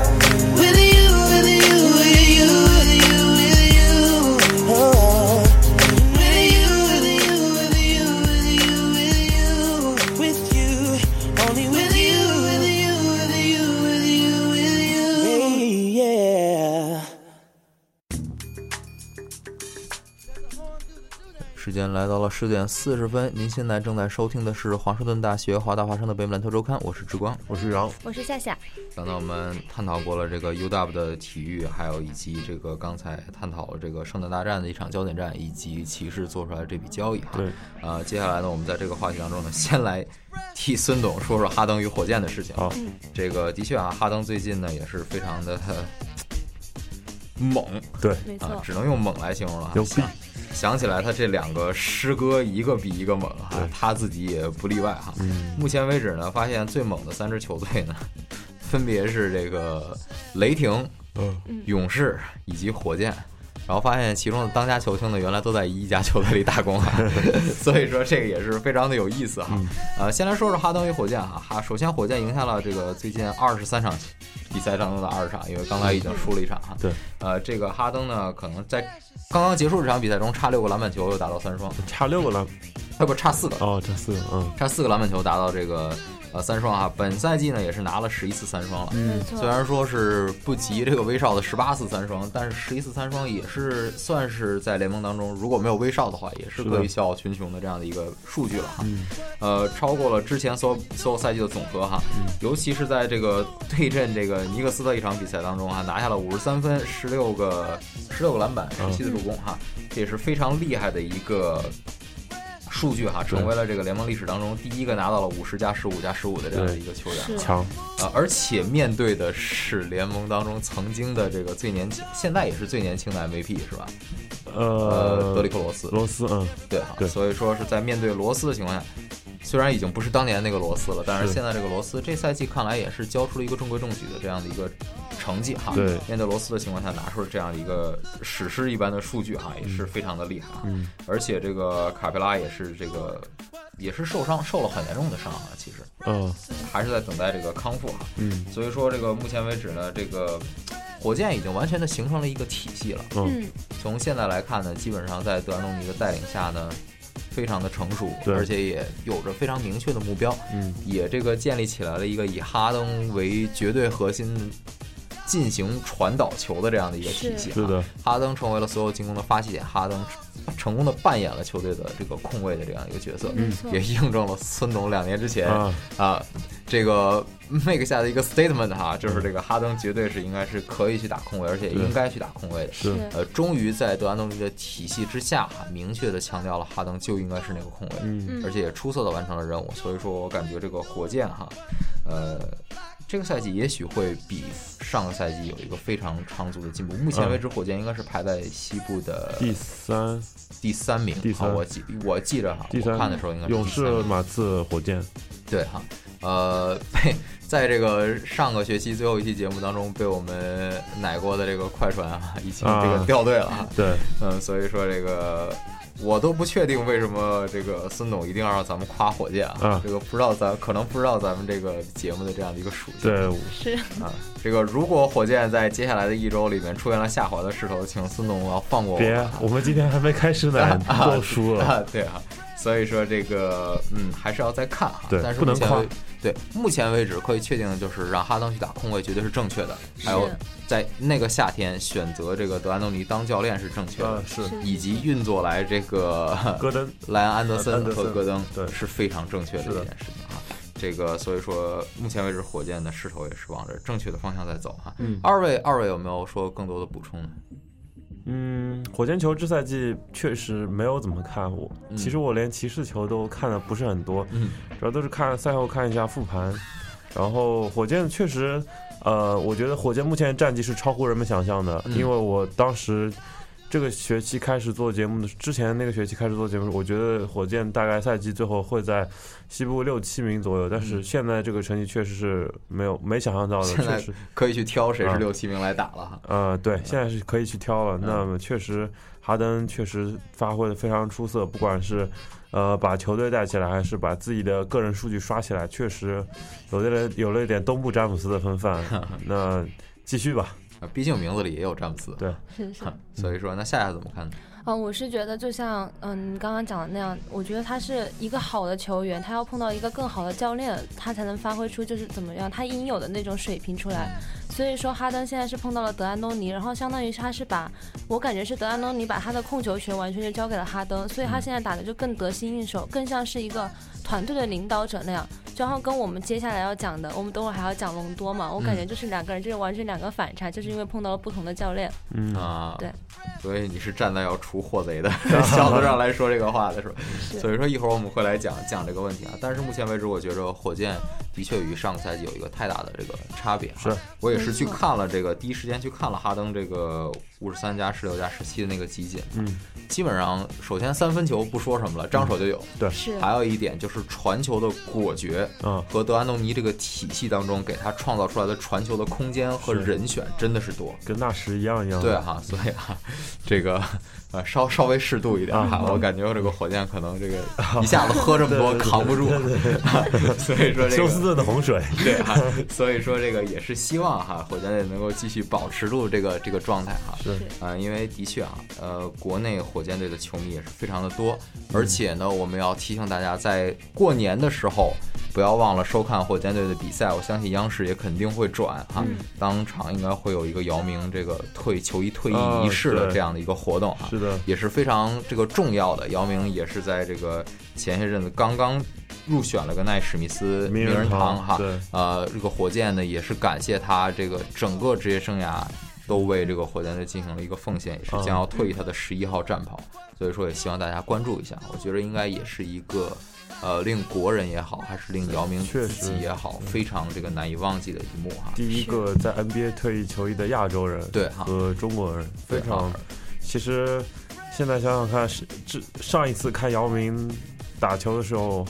[SPEAKER 9] With you, with you, with you, with you, with you, oh. With you, with you, with you, with you, with you, with you, only with you, with you, with you, with you, with you, yeah.
[SPEAKER 1] 时间来到了十点四十分，您现在正在收听的是华盛顿大学华大华生的北美篮球周刊，我是志光。
[SPEAKER 5] 我是杨，
[SPEAKER 3] 我是夏夏，
[SPEAKER 1] 刚才我们探讨过了这个 UW 的体育，还有以及这个刚才探讨了这个圣诞大战的一场焦点战，以及骑士做出来的这笔交易哈。
[SPEAKER 5] 对，
[SPEAKER 1] 呃，接下来呢，我们在这个话题当中呢，先来替孙董说说哈登与火箭的事情。
[SPEAKER 5] 好，
[SPEAKER 3] 嗯
[SPEAKER 1] 这个的确啊，哈登最近呢也是非常 的呃猛
[SPEAKER 5] 对，
[SPEAKER 3] 没错。
[SPEAKER 1] 啊，只能用猛来形容了啊。
[SPEAKER 5] 牛逼，
[SPEAKER 1] 想起来他这两个师哥一个比一个猛哈、
[SPEAKER 5] 对
[SPEAKER 1] 他自己也不例外哈、目前为止呢，发现最猛的三支球队呢，分别是这个雷霆、
[SPEAKER 5] 嗯
[SPEAKER 1] 勇士以及火箭。然后发现其中的当家球星呢，原来都在一家球队里打工啊，所以说这个也是非常的有意思哈。呃，先来说说哈登与火箭哈，哈，首先火箭赢下了这个最近二十三场比赛当中的二十场，因为刚才已经输了一场哈。
[SPEAKER 5] 对，
[SPEAKER 1] 呃，这个哈登呢，可能在刚刚结束这场比赛中差六个篮板球，又达到三双，
[SPEAKER 5] 嗯差六个篮
[SPEAKER 1] 呃不差四个，
[SPEAKER 5] 哦，差四个，嗯，
[SPEAKER 1] 差四个篮板球达到这个呃三双哈。本赛季呢也是拿了十一次三双了，
[SPEAKER 3] 没
[SPEAKER 1] 虽
[SPEAKER 3] 错，
[SPEAKER 1] 然说是不及这个威少的十八次三双，但是十一次三双也是算是在联盟当中，如果没有威少的话，也是
[SPEAKER 5] 是的
[SPEAKER 1] 可以笑傲群雄的这样的一个数据了哈。呃，超过了之前所有所有赛季的总和哈，尤其是在这个对阵这个尼克斯的一场比赛当中哈，拿下了五十三分、十六个十六个篮板、十七次助攻哈，这也是非常厉害的一个。数据哈，成为了这个联盟历史当中第一个拿到了五十加十五加十五的这样的一个球员哈。
[SPEAKER 3] 是
[SPEAKER 5] 强，
[SPEAKER 1] 啊，而且面对的是联盟当中曾经的这个最年轻，现在也是最年轻的 MVP 是吧？呃，
[SPEAKER 5] 呃，
[SPEAKER 1] 德里克罗斯，
[SPEAKER 5] 罗斯，嗯，
[SPEAKER 1] 对哈，
[SPEAKER 5] 对
[SPEAKER 1] 所以说是在面对罗斯的情况下，虽然已经不是当年那个罗斯了，但是
[SPEAKER 5] 是
[SPEAKER 1] 现在这个罗斯这赛季看来也是交出了一个中规中矩的这样的一个成绩哈。
[SPEAKER 5] 对
[SPEAKER 1] 面对罗斯的情况下，拿出了这样的一个史诗一般的数据哈，也是非常的厉害啊。嗯，而且这个卡佩拉也是这个也是受伤，受了很严重的伤啊，其实。
[SPEAKER 5] 嗯，
[SPEAKER 1] 还是在等待这个康复哈。嗯，所以说这个目前为止呢，这个火箭已经完全的形成了一个体系了。
[SPEAKER 3] 嗯，
[SPEAKER 1] 从现在来看呢，基本上在德安东尼的带领下呢。非常的成熟，
[SPEAKER 5] 对
[SPEAKER 1] 而且也有着非常明确的目标，
[SPEAKER 5] 嗯，
[SPEAKER 1] 也这个建立起来了一个以哈登为绝对核心进行传导球的这样的一个体系、啊。
[SPEAKER 5] 是的，
[SPEAKER 1] 哈登成为了所有进攻的发起点，哈登成功的扮演了球队的这个控卫的这样一个角色，
[SPEAKER 3] 没错
[SPEAKER 1] 嗯也印证了孙总两年之前
[SPEAKER 5] 嗯啊
[SPEAKER 1] 啊这个 make 下的一个 statement 哈，就是这个哈登绝对是应该是可以去打控卫，而且应该去打控卫的。
[SPEAKER 5] 是
[SPEAKER 3] 是
[SPEAKER 1] 呃，终于在德安东尼的体系之下哈，明确的强调了哈登就应该是那个控卫，
[SPEAKER 5] 嗯
[SPEAKER 1] 而且也出色的完成了任务。所以说我感觉这个火箭哈，呃，这个赛季也许会比上个赛季有一个非常长足的进步。目前为止，火箭应该是排在西部的
[SPEAKER 5] 嗯第三，
[SPEAKER 1] 第三名。
[SPEAKER 5] 第三
[SPEAKER 1] 好我记我记着哈，
[SPEAKER 5] 第三，
[SPEAKER 1] 我看的时候应该是
[SPEAKER 5] 勇
[SPEAKER 1] 第三名
[SPEAKER 5] 士、马刺、火箭，
[SPEAKER 1] 对哈，呃， 被在这个上个学期最后一期节目当中被我们奶过的这个快船啊，已经这个
[SPEAKER 5] 啊
[SPEAKER 1] 掉队了哈。
[SPEAKER 5] 对，
[SPEAKER 1] 嗯，所以说这个我都不确定为什么这个孙总一定要让咱们夸火箭啊，
[SPEAKER 5] 嗯
[SPEAKER 1] 这个不知道咱可能不知道咱们这个节目的这样的一个属性。
[SPEAKER 5] 对，
[SPEAKER 3] 是
[SPEAKER 1] 啊，这个如果火箭在接下来的一周里面出现了下滑的势头，请孙总要放过我们
[SPEAKER 5] 别
[SPEAKER 1] 啊，
[SPEAKER 5] 我们今天还没开始呢，都输了，
[SPEAKER 1] 啊，对啊，所以说这个嗯，还是要再看哈。
[SPEAKER 5] 对
[SPEAKER 1] 但是
[SPEAKER 5] 不能
[SPEAKER 1] 目前为
[SPEAKER 5] 夸
[SPEAKER 1] 对，目前为止可以确定的就是让哈登去打控卫绝对是正确的，还有
[SPEAKER 3] 是
[SPEAKER 1] 在那个夏天选择这个德安东尼当教练是正确的
[SPEAKER 5] 啊，，是
[SPEAKER 1] 以及运作来这个
[SPEAKER 5] 戈登，
[SPEAKER 1] 莱昂安德
[SPEAKER 5] 安
[SPEAKER 1] 森
[SPEAKER 5] 德森
[SPEAKER 1] 和戈登
[SPEAKER 5] 对
[SPEAKER 1] 是非常正确的
[SPEAKER 5] 是
[SPEAKER 1] 一
[SPEAKER 5] 的
[SPEAKER 1] 件事情啊。这个所以说，目前为止火箭的势头也是往着正确的方向在走哈。嗯，二位二位有没有说更多的补充呢？
[SPEAKER 5] 嗯，火箭球这赛季确实没有怎么看我，其实我连骑士球都看的不是很多，
[SPEAKER 1] 嗯，
[SPEAKER 5] 主要都是看赛后看一下复盘，然后火箭确实，呃，我觉得火箭目前的战绩是超乎人们想象的，
[SPEAKER 1] 嗯
[SPEAKER 5] 因为我当时这个学期开始做节目的之前那个学期开始做节目，我觉得火箭大概赛季最后会在西部六七名左右，但是现在这个成绩确实是没有没想象到的，
[SPEAKER 1] 嗯现在
[SPEAKER 5] 确实
[SPEAKER 1] 可以去挑谁是
[SPEAKER 5] 嗯
[SPEAKER 1] 六七名来打了哈。
[SPEAKER 5] 呃，对，现在是可以去挑
[SPEAKER 1] 嗯
[SPEAKER 5] 了。那么确实，哈登确实发挥的非常出色，不管是呃把球队带起来，还是把自己的个人数据刷起来，确实有了有了一点东部詹姆斯的风 范。那继续吧，
[SPEAKER 1] 啊，毕竟名字里也有詹姆斯，
[SPEAKER 5] 对
[SPEAKER 3] 是是。
[SPEAKER 1] 哼，所以说那夏夏怎么看呢？
[SPEAKER 3] 嗯，我是觉得就像嗯你刚刚讲的那样，我觉得他是一个好的球员，他要碰到一个更好的教练，他才能发挥出就是怎么样他应有的那种水平出来。所以说，哈登现在是碰到了德安东尼，然后相当于是他是把我感觉是德安东尼把他的控球权完全就交给了哈登，所以他
[SPEAKER 1] 嗯
[SPEAKER 3] 现在打的就更得心应手，更像是一个团队的领导者那样。就好像跟我们接下来要讲的，我们等会儿还要讲隆多嘛，我
[SPEAKER 1] 嗯
[SPEAKER 3] 感觉就是两个人就是完全两个反差，就是因为碰到了不同的教练。
[SPEAKER 5] 嗯，
[SPEAKER 1] 啊，
[SPEAKER 3] 对，
[SPEAKER 1] 所以你是站在要除祸 贼的角度上来说这个话的是吧？所以说一会儿我们会来讲讲这个问题啊。但是目前为止，我觉着火箭的确与上个赛季有一个太大的这个差别、啊。
[SPEAKER 5] 是，
[SPEAKER 1] 我也是去
[SPEAKER 3] 没错
[SPEAKER 1] 看了这个第一时间去看了哈登这个五十三加十六加十七的那个集锦，
[SPEAKER 5] 嗯，
[SPEAKER 1] 基本上首先三分球不说什么了，张手就有。
[SPEAKER 3] 是
[SPEAKER 1] 还有一点就是传球的果决，
[SPEAKER 5] 嗯
[SPEAKER 1] 和德安东尼这个体系当中给他创造出来的传球的空间和
[SPEAKER 5] 是
[SPEAKER 1] 人选真的是多。
[SPEAKER 5] 跟纳什一样一样。
[SPEAKER 1] 对哈、所以啊， 这个呃稍稍微适度一点哈、我感觉这个火箭可能这个 一下子喝这么多
[SPEAKER 5] 嗯对对对
[SPEAKER 1] 扛不住， 所以说这个啊
[SPEAKER 5] 休斯顿的洪水，
[SPEAKER 1] 对哈、所以说这个也是希望哈、火箭队能够继续保持住这个这个状态哈、
[SPEAKER 5] 是
[SPEAKER 1] 呃，因为的确啊，呃，国内火箭队的球迷也是非常的多，而且呢，我们要提醒大家，在过年的时候不要忘了收看火箭队的比赛。我相信央视也肯定会转哈，当场应该会有一个姚明这个退球衣退
[SPEAKER 5] 啊
[SPEAKER 1] 役仪式的
[SPEAKER 5] 对
[SPEAKER 1] 这样的一个活动啊，
[SPEAKER 5] 是的
[SPEAKER 1] 也是非常这个重要的。姚明也是在这个前些阵子刚刚。入选了个奈史密斯
[SPEAKER 5] 名
[SPEAKER 1] 名
[SPEAKER 5] 人
[SPEAKER 1] 人
[SPEAKER 5] 堂
[SPEAKER 1] 堂哈，
[SPEAKER 5] 对
[SPEAKER 1] 呃，这个火箭呢也是感谢他这个整个职业生涯都为这个火箭队进行了一个奉献，也是
[SPEAKER 5] 嗯
[SPEAKER 1] 将要退役他的十一号战袍，所以说也希望大家关注一下。我觉得应该也是一个，呃，令国人也好，还是令姚明自
[SPEAKER 5] 确实嗯
[SPEAKER 1] 己也好，非常这个难以忘记的一幕哈。
[SPEAKER 5] 第一个在 NBA 退役球衣的亚洲人，
[SPEAKER 1] 对哈
[SPEAKER 5] 和中国人非
[SPEAKER 1] 啊对
[SPEAKER 5] 常
[SPEAKER 1] 哈。
[SPEAKER 5] 其实现在想想看，是这上一次看姚明打球的时候，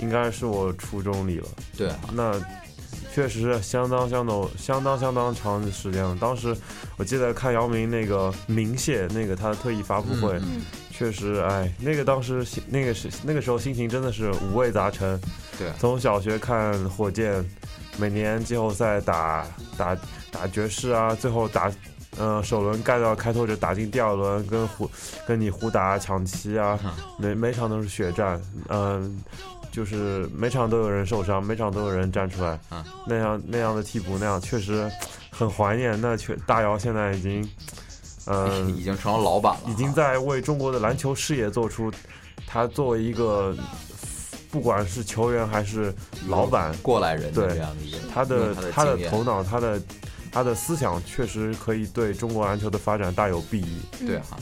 [SPEAKER 5] 应该是我初中里了。
[SPEAKER 1] 对哈，
[SPEAKER 5] 那确实是相当相当相当相当长的时间了。当时我记得看姚明那个鸣谢那个他的退役发布会，
[SPEAKER 1] 嗯
[SPEAKER 5] 确实，哎，那个当时心那个是那个时候心情真的是五味杂陈。
[SPEAKER 1] 对
[SPEAKER 5] 从小学看火箭，每年季后赛打打打爵士啊，最后打。呃，首轮干掉开拓者，打进第二轮，跟胡跟你胡打抢七啊，
[SPEAKER 1] 嗯
[SPEAKER 5] 每每场都是血战，嗯、就是每场都有人受伤，每场都有人站出来，
[SPEAKER 1] 嗯
[SPEAKER 5] 那样那样的替补那样确实很怀念。那确大姚现在已经， 呃，
[SPEAKER 1] 嗯已经成了老板了哈，
[SPEAKER 5] 已经在为中国的篮球事业做出，他作为一个不管是球员还是老板，
[SPEAKER 1] 过来人的
[SPEAKER 5] 对
[SPEAKER 1] 这样的一个
[SPEAKER 5] 他的
[SPEAKER 1] 用嗯的
[SPEAKER 5] 他的
[SPEAKER 1] 经验
[SPEAKER 5] 头脑，他的他的思想，确实可以对中国篮球的发展大有裨益。
[SPEAKER 1] 对哈。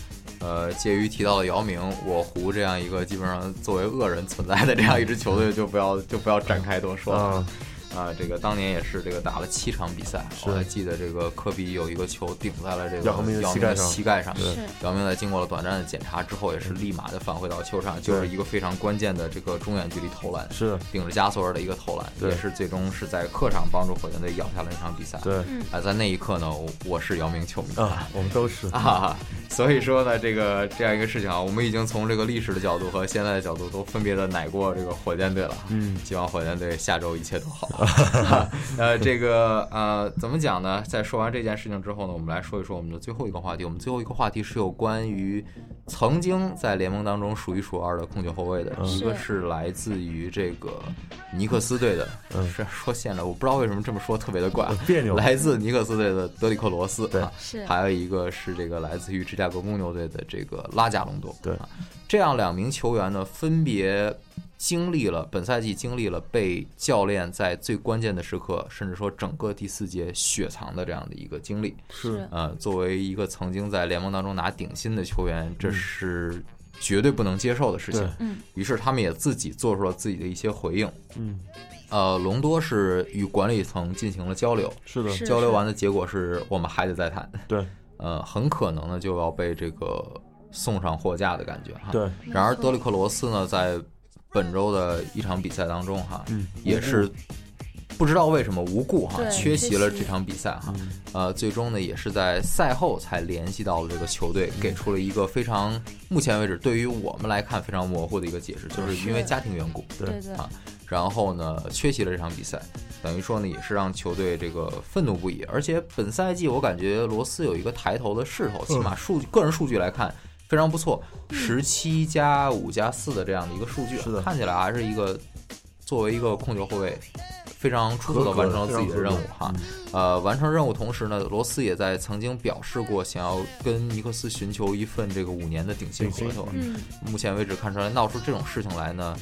[SPEAKER 1] 呃，介于提到了姚明、我胡这样一个基本上作为恶人存在的这样一支球
[SPEAKER 5] 嗯
[SPEAKER 1] 队，就不要就不要展开多说了。
[SPEAKER 5] 啊
[SPEAKER 1] 啊，这个当年也是这个打了七场比赛，我还记得这个科比有一个球顶在了这个
[SPEAKER 5] 姚明的
[SPEAKER 1] 姚
[SPEAKER 5] 膝
[SPEAKER 1] 明
[SPEAKER 5] 盖
[SPEAKER 1] 的
[SPEAKER 5] 上
[SPEAKER 1] 膝盖上
[SPEAKER 5] 对，
[SPEAKER 1] 姚明在经过了短暂的检查之后，也是立马就返回到球场，就是一个非常关键的这个中远距离投篮，
[SPEAKER 5] 是
[SPEAKER 1] 顶着加索尔的一个投篮，
[SPEAKER 5] 对
[SPEAKER 1] 也是最终是在客场帮助火箭队咬下了那场比赛。
[SPEAKER 5] 对
[SPEAKER 1] 啊，在那一刻呢，我我是姚明球迷
[SPEAKER 5] 啊，我们都是
[SPEAKER 1] 啊，所以说呢，这个这样一个事情啊，我们已经从这个历史的角度和现在的角度都分别的奶过这个火箭队了。
[SPEAKER 5] 嗯，
[SPEAKER 1] 希望火箭队下周一切都 好。啊呃，这个呃，怎么讲呢？在说完这件事情之后呢，我们来说一说我们的最后一个话题。我们最后一个话题是有关于曾经在联盟当中数一数二的控球后卫的，
[SPEAKER 5] 嗯
[SPEAKER 1] 一个是来自于这个尼克斯队的，是说现在我不知道为什么这么说特别的怪啊，
[SPEAKER 5] 嗯别扭
[SPEAKER 1] 来自尼克斯队的德里克罗斯，
[SPEAKER 5] 对
[SPEAKER 1] 啊
[SPEAKER 3] 是
[SPEAKER 1] 还有一个是这个来自于芝加哥公牛队的这个拉贾隆多。
[SPEAKER 5] 对
[SPEAKER 1] 啊，这样两名球员呢，分别经历了本赛季经历了被教练在最关键的时刻，甚至说整个第四节雪藏的这样的一个经历。
[SPEAKER 3] 是
[SPEAKER 1] 呃，作为一个曾经在联盟当中拿顶薪的球员，这是绝对不能接受的事情
[SPEAKER 5] 嗯对。
[SPEAKER 3] 嗯，
[SPEAKER 1] 于是他们也自己做出了自己的一些回应。
[SPEAKER 5] 嗯，
[SPEAKER 1] 呃，隆多是与管理层进行了交流，
[SPEAKER 5] 是的，
[SPEAKER 3] 是
[SPEAKER 1] 交流完的结果是我们还得再谈。
[SPEAKER 5] 对
[SPEAKER 1] 呃，很可能呢就要被这个送上货架的感觉哈。。
[SPEAKER 5] 对
[SPEAKER 1] 然而德里克罗斯呢，在本周的一场比赛当中哈，
[SPEAKER 5] 嗯
[SPEAKER 1] 也是不知道为什么无故哈
[SPEAKER 3] 对
[SPEAKER 1] 缺席了
[SPEAKER 3] 缺席
[SPEAKER 1] 这场比赛哈。
[SPEAKER 5] 嗯
[SPEAKER 1] 呃，最终呢也是在赛后才联系到了这个球队，给出了一个非常目前为止对于我们来看非常模糊的一个解释，就是因为
[SPEAKER 3] 是
[SPEAKER 1] 家庭缘故。
[SPEAKER 5] 对
[SPEAKER 3] 对对
[SPEAKER 1] 啊，然后呢缺席了这场比赛，等于说呢也是让球队这个愤怒不已。而且本赛季我感觉罗斯有一个抬头的势
[SPEAKER 5] 嗯
[SPEAKER 1] 头，起码数据个人数据来看非常不错，十七加五加四的这样的一个数据啊
[SPEAKER 5] 是的，
[SPEAKER 1] 看起来还是一个作为一个控球后卫。非常出色的
[SPEAKER 5] 合格
[SPEAKER 1] 完成了自己的
[SPEAKER 5] 非常
[SPEAKER 1] 任
[SPEAKER 5] 合
[SPEAKER 1] 务
[SPEAKER 5] 格嗯
[SPEAKER 1] 哈，呃，完成任务同时呢，罗斯也在曾经表示过想要跟尼克斯寻求一份这个五年的顶薪
[SPEAKER 5] 顶薪
[SPEAKER 1] 合同，
[SPEAKER 3] 嗯，
[SPEAKER 1] 目前为止看出来闹出这种事情来呢，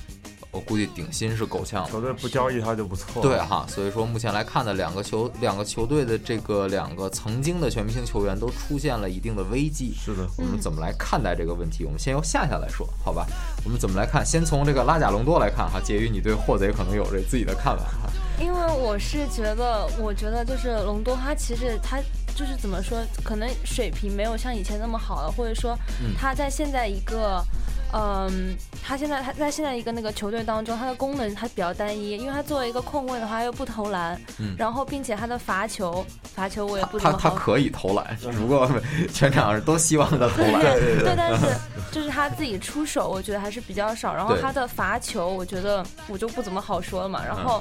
[SPEAKER 1] 我估计顶薪是够呛的。
[SPEAKER 5] 球队不交易他就不错。
[SPEAKER 1] 对，啊哈，所以说目前来看呢，两个球两个球队的这个两个曾经的全明星球员都出现了一定的危机。
[SPEAKER 5] 是的，
[SPEAKER 1] 我们
[SPEAKER 3] 嗯
[SPEAKER 1] 怎么来看待这个问题？我们先由夏夏来说，好吧？我们怎么来看？先从这个拉贾隆多来看哈，介于你对霍贼可能有这自己的看法哈。
[SPEAKER 3] 因为我是觉得，我觉得就是隆多他其实他就是怎么说，可能水平没有像以前那么好了，或者说他在现在一个。嗯，他现在他在现在一个那个球队当中，他的功能他比较单一，因为他作为一个控卫的话，他又不投篮，然后并且他的罚球罚球我也不怎
[SPEAKER 1] 他
[SPEAKER 3] 么
[SPEAKER 1] 他
[SPEAKER 3] 好
[SPEAKER 1] 可以投篮，只不过全场都希望他投篮。
[SPEAKER 3] 对，但是就是他自己出手，我觉得还是比较少。然后他的罚球，我觉得我就不怎么好说了嘛。然后，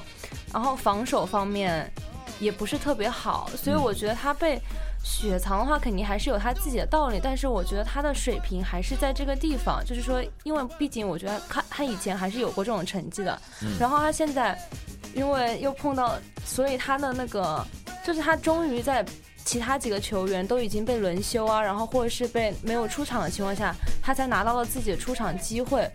[SPEAKER 3] 然后防守方面也不是特别好，所以我觉得他被雪藏的话，肯定还是有他自己的道理。但是我觉得他的水平还是在这个地方，就是说，因为毕竟我觉得他他以前还是有过这种成绩的，然后他现在因为又碰到，所以他的那个就是他终于在其他几个球员都已经被轮休啊，然后或者是被没有出场的情况下，他才拿到了自己的出场机会。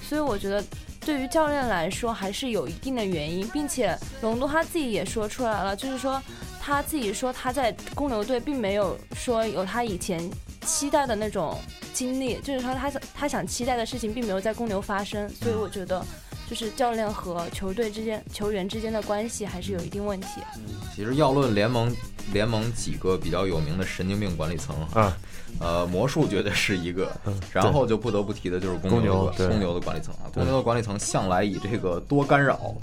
[SPEAKER 3] 所以我觉得，对于教练来说还是有一定的原因，并且隆多他自己也说出来了，就是说他自己说他在公牛队并没有说有他以前期待的那种经历，就是说他想他想期待的事情并没有在公牛发生，所以我觉得。就是教练和球队之间、球员之间的关系还是有一定问题。
[SPEAKER 1] 其实要论联盟联盟几个比较有名的神经病管理层哈，
[SPEAKER 5] 啊，
[SPEAKER 1] 呃，魔术绝对是一个，然后就不得不提的就是公
[SPEAKER 5] 嗯公
[SPEAKER 1] 牛的
[SPEAKER 5] 牛
[SPEAKER 1] 管
[SPEAKER 5] 对
[SPEAKER 1] 公牛的管理层啊，公牛的管理层向来以这个多干扰、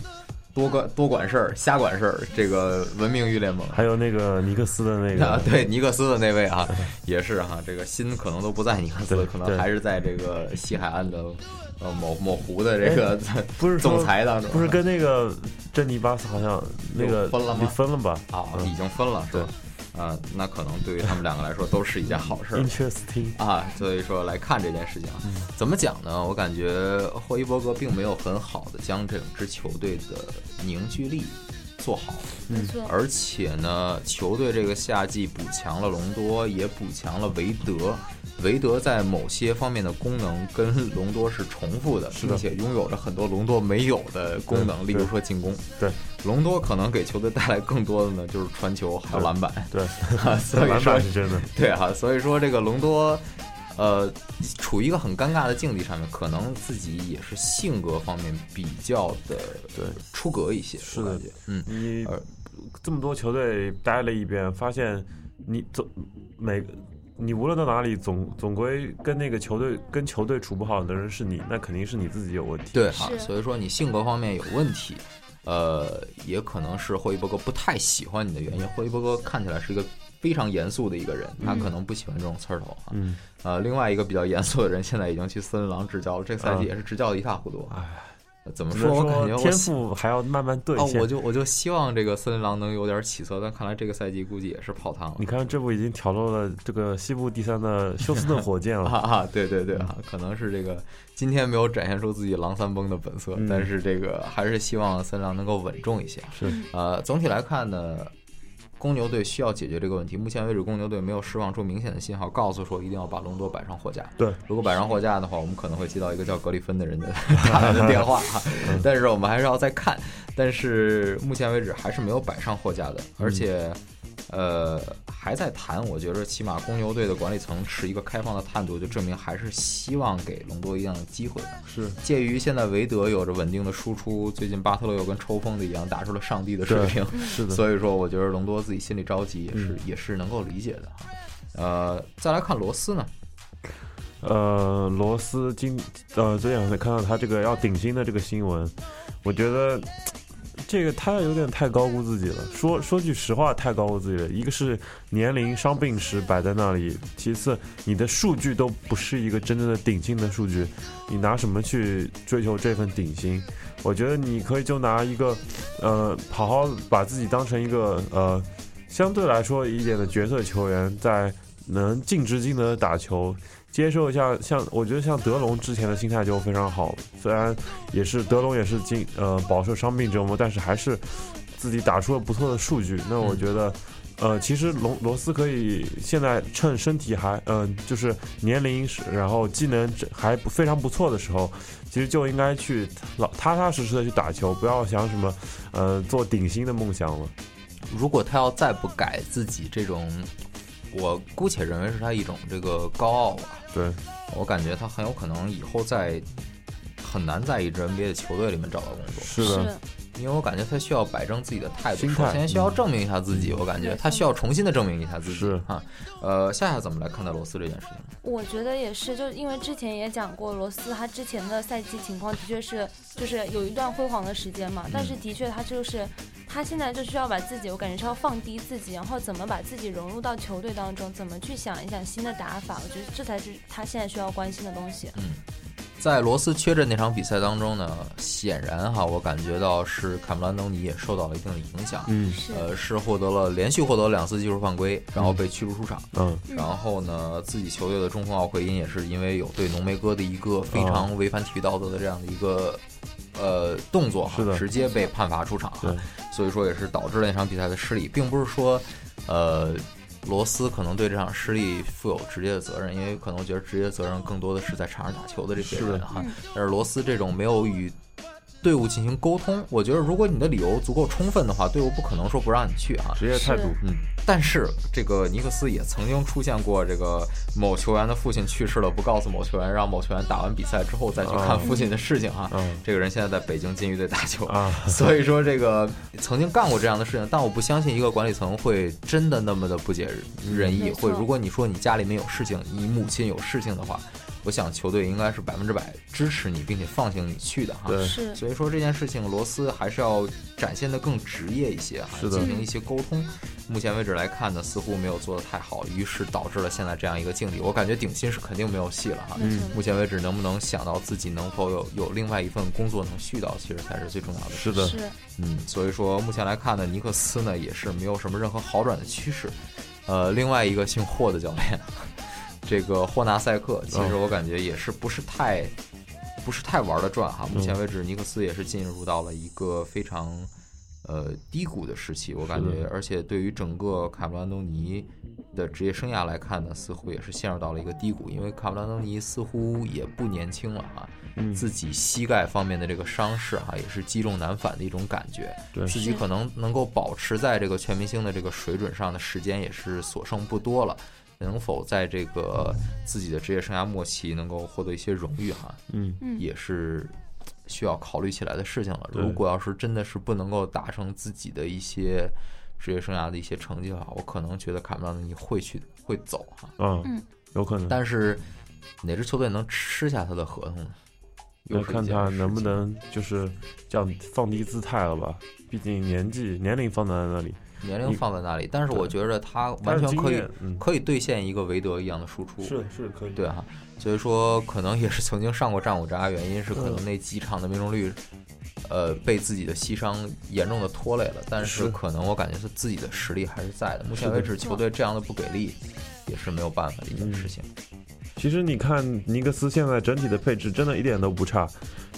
[SPEAKER 1] 多管多管事儿、瞎管事儿这个闻名于联盟。
[SPEAKER 5] 还有那个尼克斯的那
[SPEAKER 1] 啊
[SPEAKER 5] 个，，
[SPEAKER 1] 对尼克斯的那位啊，也是哈、这个心可能都不在尼克斯，
[SPEAKER 5] 对
[SPEAKER 1] 可能
[SPEAKER 5] 对
[SPEAKER 1] 还是在这个西海岸的呃某某湖的这个
[SPEAKER 5] 哎 不是说
[SPEAKER 1] 总裁当中，
[SPEAKER 5] 不是跟那个珍妮巴斯好像那个
[SPEAKER 1] 有分了吗
[SPEAKER 5] 你分了吧？嗯
[SPEAKER 1] 啊已经分了是吧？啊，那可能对于他们两个来说都是一件好
[SPEAKER 5] 嗯
[SPEAKER 1] 事儿。
[SPEAKER 5] ，interesting，
[SPEAKER 1] 啊，所以说来看这件事情啊，怎么讲呢？我感觉霍伊伯格并没有很好的将整支球队的凝聚力做好，
[SPEAKER 3] 没错，
[SPEAKER 1] 而且呢，球队这个夏季补强了隆多，也补强了韦德。韦德在某些方面的功能跟隆多是重复的，并且拥有着很多隆多没有的功能，例如说进攻。
[SPEAKER 5] 对，
[SPEAKER 1] 隆多可能给球队带来更多的呢，就是传球还有篮板。
[SPEAKER 5] 对，
[SPEAKER 1] 啊，所以
[SPEAKER 5] 篮
[SPEAKER 1] 说
[SPEAKER 5] 板是真的，
[SPEAKER 1] 对啊，所以说这个隆多，呃，处于一个很尴尬的境地上面，可能自己也是性格方面比较的
[SPEAKER 5] 对
[SPEAKER 1] 出格一些，
[SPEAKER 5] 是
[SPEAKER 1] 我
[SPEAKER 5] 的
[SPEAKER 1] 感觉嗯，
[SPEAKER 5] 你
[SPEAKER 1] 呃
[SPEAKER 5] 这么多球队待了一遍，发现你总每你无论到哪里，总总归跟那个球队跟球队处不好的人是你，那肯定是你自己有问题。
[SPEAKER 1] 对哈、
[SPEAKER 3] 是
[SPEAKER 1] 所以说你性格方面有问题，呃，也可能是霍伊伯格不太喜欢你的原因。霍伊伯格看起来是一个非常严肃的一个人，他可能不喜欢这种刺儿头哈。
[SPEAKER 5] 嗯，
[SPEAKER 1] 呃，另外一个比较严肃的人现在已经去森林狼执教了，这个赛季
[SPEAKER 5] 嗯
[SPEAKER 1] 也是执教的一塌糊涂。哎、怎么
[SPEAKER 5] 只
[SPEAKER 1] 说？
[SPEAKER 5] 能
[SPEAKER 1] 我感觉
[SPEAKER 5] 说
[SPEAKER 1] 我
[SPEAKER 5] 天
[SPEAKER 1] 希
[SPEAKER 5] 赋还要慢慢兑
[SPEAKER 1] 哦，
[SPEAKER 5] 现。
[SPEAKER 1] 我就我就希望这个森林狼能有点起色，但看来这个赛季估计也是泡汤了
[SPEAKER 5] 你。看，这不已经挑落了这个西部第三的休斯顿火箭
[SPEAKER 1] 啊
[SPEAKER 5] 了？
[SPEAKER 1] 啊，对对对啊，可能是这个今天没有展现出自己狼三崩的本色，
[SPEAKER 5] 嗯
[SPEAKER 1] 但是这个还是希望森林狼能够稳重一些。
[SPEAKER 5] 是，
[SPEAKER 1] 呃，总体来看呢，公牛队需要解决这个问题。目前为止，公牛队没有释放出明显的信号，告诉说一定要把隆多摆上货架。
[SPEAKER 5] 对，
[SPEAKER 1] 如果摆上货架的话，我们可能会接到一个叫格里芬的人的 打来的电话啊，但是我们还是要再看。但是目前为止还是没有摆上货架的，而且。呃，还在谈，我觉得起码公牛队的管理层持一个开放的态度，就证明还是希望给隆多一样的机会的。
[SPEAKER 5] 是
[SPEAKER 1] 介于现在韦德有着稳定的输出，最近巴特勒又跟抽风的一样打出了上帝的水
[SPEAKER 5] 对
[SPEAKER 1] 平，
[SPEAKER 5] 是的，
[SPEAKER 1] 所以说，我觉得隆多自己心里着急也是、也是能够理解的哈。呃，再来看罗斯呢，
[SPEAKER 5] 呃，罗斯今呃昨天晚上看到他这个要顶薪的这个新闻，我觉得嘖这个他有点太高估自己了。说说句实话，太高估自己了。一个是年龄、伤病史摆在那里，其次你的数据都不是一个真正的顶薪的数据，你拿什么去追求这份顶薪？我觉得你可以就拿一个呃，好好把自己当成一个呃相对来说一点的角色球员，在能尽职尽责的打球，接受一下像我觉得像德隆之前的心态就非常好，虽然也是德隆也是经呃饱受伤病折磨，但是还是自己打出了不错的数据。那
[SPEAKER 3] 嗯
[SPEAKER 5] 我觉得，呃，其实龙罗斯可以现在趁身体还嗯、就是年龄是然后技能这还不非常不错的时候，其实就应该去老踏踏实实的去打球，不要想什么呃做顶薪的梦想了。
[SPEAKER 1] 如果他要再不改自己这种，我姑且认为是他一种这个高傲吧，
[SPEAKER 5] 对，
[SPEAKER 1] 我感觉他很有可能以后在很难在一支 NBA 的球队里面找到工作。
[SPEAKER 5] 是
[SPEAKER 3] 是
[SPEAKER 5] 的，
[SPEAKER 1] 因为我感觉他需要摆正自己的态度，
[SPEAKER 5] 心
[SPEAKER 1] 首
[SPEAKER 5] 态嗯
[SPEAKER 1] 先需要证明一下自己，我感觉他需要重新的证明一下自己。
[SPEAKER 5] 是
[SPEAKER 1] 啊，呃，夏夏怎么来看待罗斯这件事情？
[SPEAKER 3] 我觉得也是，就是因为之前也讲过，罗斯他之前的赛季情况的确是，就是有一段辉煌的时间嘛。但是的确，他就是他现在就是要把自己，我感觉是要放低自己，然后怎么把自己融入到球队当中，怎么去想一想新的打法。我觉得这才是他现在需要关心的东西。
[SPEAKER 1] 在罗斯缺阵那场比赛当中呢，显然哈，我感觉到是坎布兰登尼也受到了一定的影响。
[SPEAKER 5] 嗯
[SPEAKER 3] 是，
[SPEAKER 1] 呃，是获得了连续获得了两次技术犯规，然后被驱逐出场。
[SPEAKER 5] 嗯，
[SPEAKER 1] 然后呢，自己球队的中锋奥奎因也是因为有对浓眉哥的一个
[SPEAKER 5] 啊
[SPEAKER 1] 非常违反体育道德的这样的一个呃动作哈
[SPEAKER 5] 是，的
[SPEAKER 1] 直接被判罚出场哈
[SPEAKER 5] 对，
[SPEAKER 1] 所以说也是导致了那场比赛的失利，并不是说呃。罗斯可能对这场失利负有直接的责任，因为可能我觉得直接责任更多的是在场上打球的这些人哈。但是罗斯这种没有与队伍进行沟通，我觉得如果你的理由足够充分的话，队伍不可能说不让你去啊。
[SPEAKER 5] 职业态度
[SPEAKER 3] 是，
[SPEAKER 1] 嗯，但是这个尼克斯也曾经出现过这个某球员的父亲去世了，不告诉某球员，让某球员打完比赛之后再去看父亲的事情啊。
[SPEAKER 5] 嗯
[SPEAKER 1] 这个人现在在北京金鱼队打球，
[SPEAKER 5] 啊
[SPEAKER 1] 所以说这个曾经干过这样的事情，但我不相信一个管理层会真的那么的不解人意。
[SPEAKER 3] 没
[SPEAKER 1] 会，
[SPEAKER 3] 错
[SPEAKER 1] 如果你说你家里面有事情，你母亲有事情的话，我想球队应该是百分之百支持你，并且放行你去的哈。
[SPEAKER 5] 对
[SPEAKER 3] 是
[SPEAKER 1] 所以说这件事情，罗斯还是要展现的更职业一些，还
[SPEAKER 5] 是的
[SPEAKER 1] 进行一些沟通。目前为止来看呢，似乎没有做得太好，于是导致了现在这样一个境地。我感觉顶薪是肯定没有戏了哈。
[SPEAKER 3] 没错
[SPEAKER 1] 目前为止，能不能想到自己能否有有另外一份工作能续到，其实才是最重要的。
[SPEAKER 5] 是的，
[SPEAKER 3] 是
[SPEAKER 1] 嗯，所以说目前来看呢，尼克斯呢也是没有什么任何好转的趋势。呃，另外一个姓霍的教练， 这个霍纳塞克，其实我感觉也是不是太、不是太玩得转哈。目前为止，尼克斯也是进入到了一个非常呃低谷的时期，我感觉，而且对于整个卡布兰东尼的职业生涯来看呢，似乎也是陷入到了一个低谷，因为卡布兰东尼似乎也不年轻了啊，
[SPEAKER 5] 嗯
[SPEAKER 1] 自己膝盖方面的这个伤势哈、也是积重难返的一种感觉，
[SPEAKER 5] 对
[SPEAKER 1] 自己可能能够保持在这个全明星的这个水准上的时间也是所剩不多了。能否在这个自己的职业生涯末期能够获得一些荣誉哈？
[SPEAKER 5] 嗯，
[SPEAKER 1] 也是需要考虑起来的事情了。
[SPEAKER 5] 对
[SPEAKER 1] 如果要是真的是不能够达成自己的一些职业生涯的一些成绩的话，我可能觉得卡梅隆你会去会走哈。
[SPEAKER 5] 啊，有可能，
[SPEAKER 1] 但是哪支球队能吃下他的合同呢？
[SPEAKER 5] 要
[SPEAKER 1] 又是一
[SPEAKER 5] 看
[SPEAKER 1] 件
[SPEAKER 5] 他
[SPEAKER 1] 事
[SPEAKER 5] 能不
[SPEAKER 1] 情
[SPEAKER 5] 能就是这样放低姿态了吧。毕竟年纪年龄放在那里，
[SPEAKER 1] 年龄放在那里，但是我觉着他完
[SPEAKER 5] 但是
[SPEAKER 1] 全
[SPEAKER 5] 经
[SPEAKER 1] 可以
[SPEAKER 5] 验嗯
[SPEAKER 1] 可以兑现一个韦德一样的输出。
[SPEAKER 5] 是是可以，
[SPEAKER 1] 对啊哈、所以说可能也是曾经上过战五渣，原因是可
[SPEAKER 5] 嗯
[SPEAKER 1] 能那几场的命中率，呃，被自己的膝伤严重的拖累了。但是
[SPEAKER 5] 是
[SPEAKER 1] 可能我感觉是自己的实力还是在的。目前为止，球队这样的不给力也是没有办法的一
[SPEAKER 5] 嗯
[SPEAKER 1] 件事情。
[SPEAKER 5] 其实你看尼克斯现在整体的配置真的一点都不差，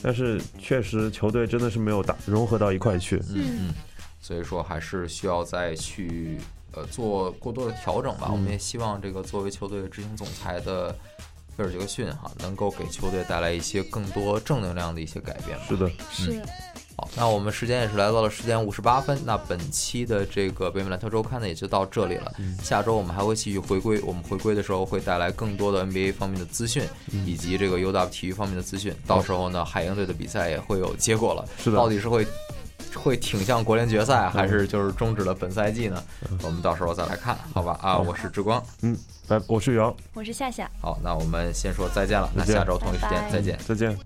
[SPEAKER 5] 但是确实球队真的是没有打融合到一块去。
[SPEAKER 1] 嗯嗯，所以说还是需要再去呃做过多的调整吧。我们也希望这个作为球队的执行总裁的菲尔杰克逊哈，能够给球队带来一些更多正能量的一些改变吧。
[SPEAKER 5] 是的，
[SPEAKER 3] 是，
[SPEAKER 1] 好，那我们时间也是来到了十点五十八分。那本期的这个北美篮球周刊呢，也就到这里了。
[SPEAKER 5] 嗯
[SPEAKER 1] 下周我们还会继续回归，我们回归的时候会带来更多的 NBA 方面的资讯，
[SPEAKER 5] 嗯
[SPEAKER 1] 以及这个 UW 体育方面的资讯。到时候呢，海鹰队的比赛也会有结果了，
[SPEAKER 5] 是的嗯
[SPEAKER 1] 到底是会会挺向国联决赛，还是就是终止了本赛季呢？我们到时候再来看，好吧？啊，我是志光。
[SPEAKER 5] 嗯，来，我是姚，
[SPEAKER 3] 我是夏夏。
[SPEAKER 1] 好，那我们先说再见了。那
[SPEAKER 5] 再见
[SPEAKER 1] 下周同一时间
[SPEAKER 3] 拜拜
[SPEAKER 1] 再见。
[SPEAKER 5] 再见。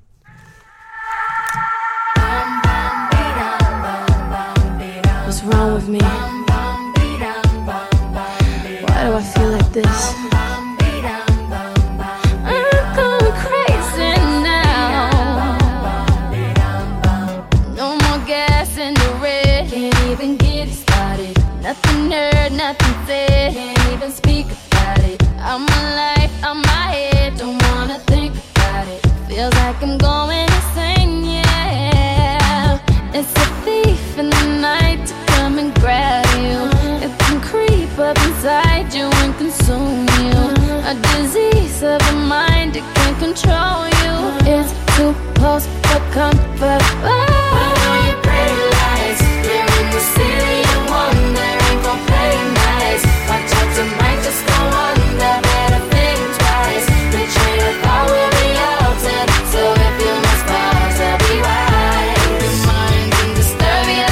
[SPEAKER 10] What's wrong with me? Why do I feel like this? I'm going crazy now. No more gas in the red. Can't even get it started. Nothing heard, nothing said. Can't even speak about it. I'm alive, I'm my head. Don't wanna think about it. Feels like I'm going insane, yeah. It's a thief in the night to come and grab you. It can creep up inside you and consume you. A disease of the mind, it can control you. It's too close for comfort. Oh, your pretty lies. You're in the city of wonder, ain't gon' play nice. Watch out, tonight just go under. Better think twice. The train of thought will be altered, so if you must pause, I'll be wise. Your mind can disturb you.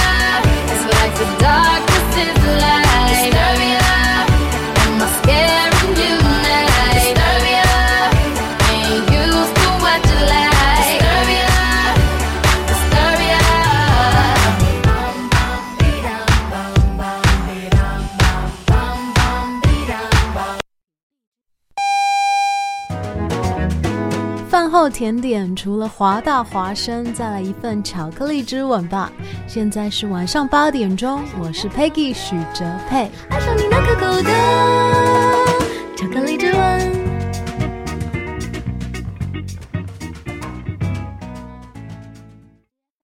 [SPEAKER 3] 饭后甜点除了华大华生，再来一份巧克力之吻吧。现在是晚上八点钟，我是 Peggy 许哲佩。
[SPEAKER 11] 爱上你那可口的巧克力之吻。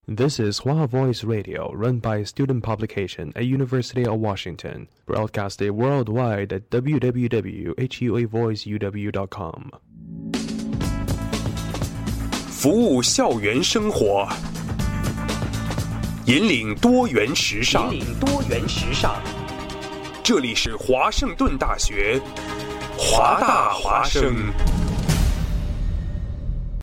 [SPEAKER 9] This is Hua Voice Radio, run by a student publication at University of Washington, broadcasted worldwide at E www.huavoiceuw.com.
[SPEAKER 8] 服务校园生活，引领多元时尚。引领多元时尚。这里是华盛顿大学，华大华生。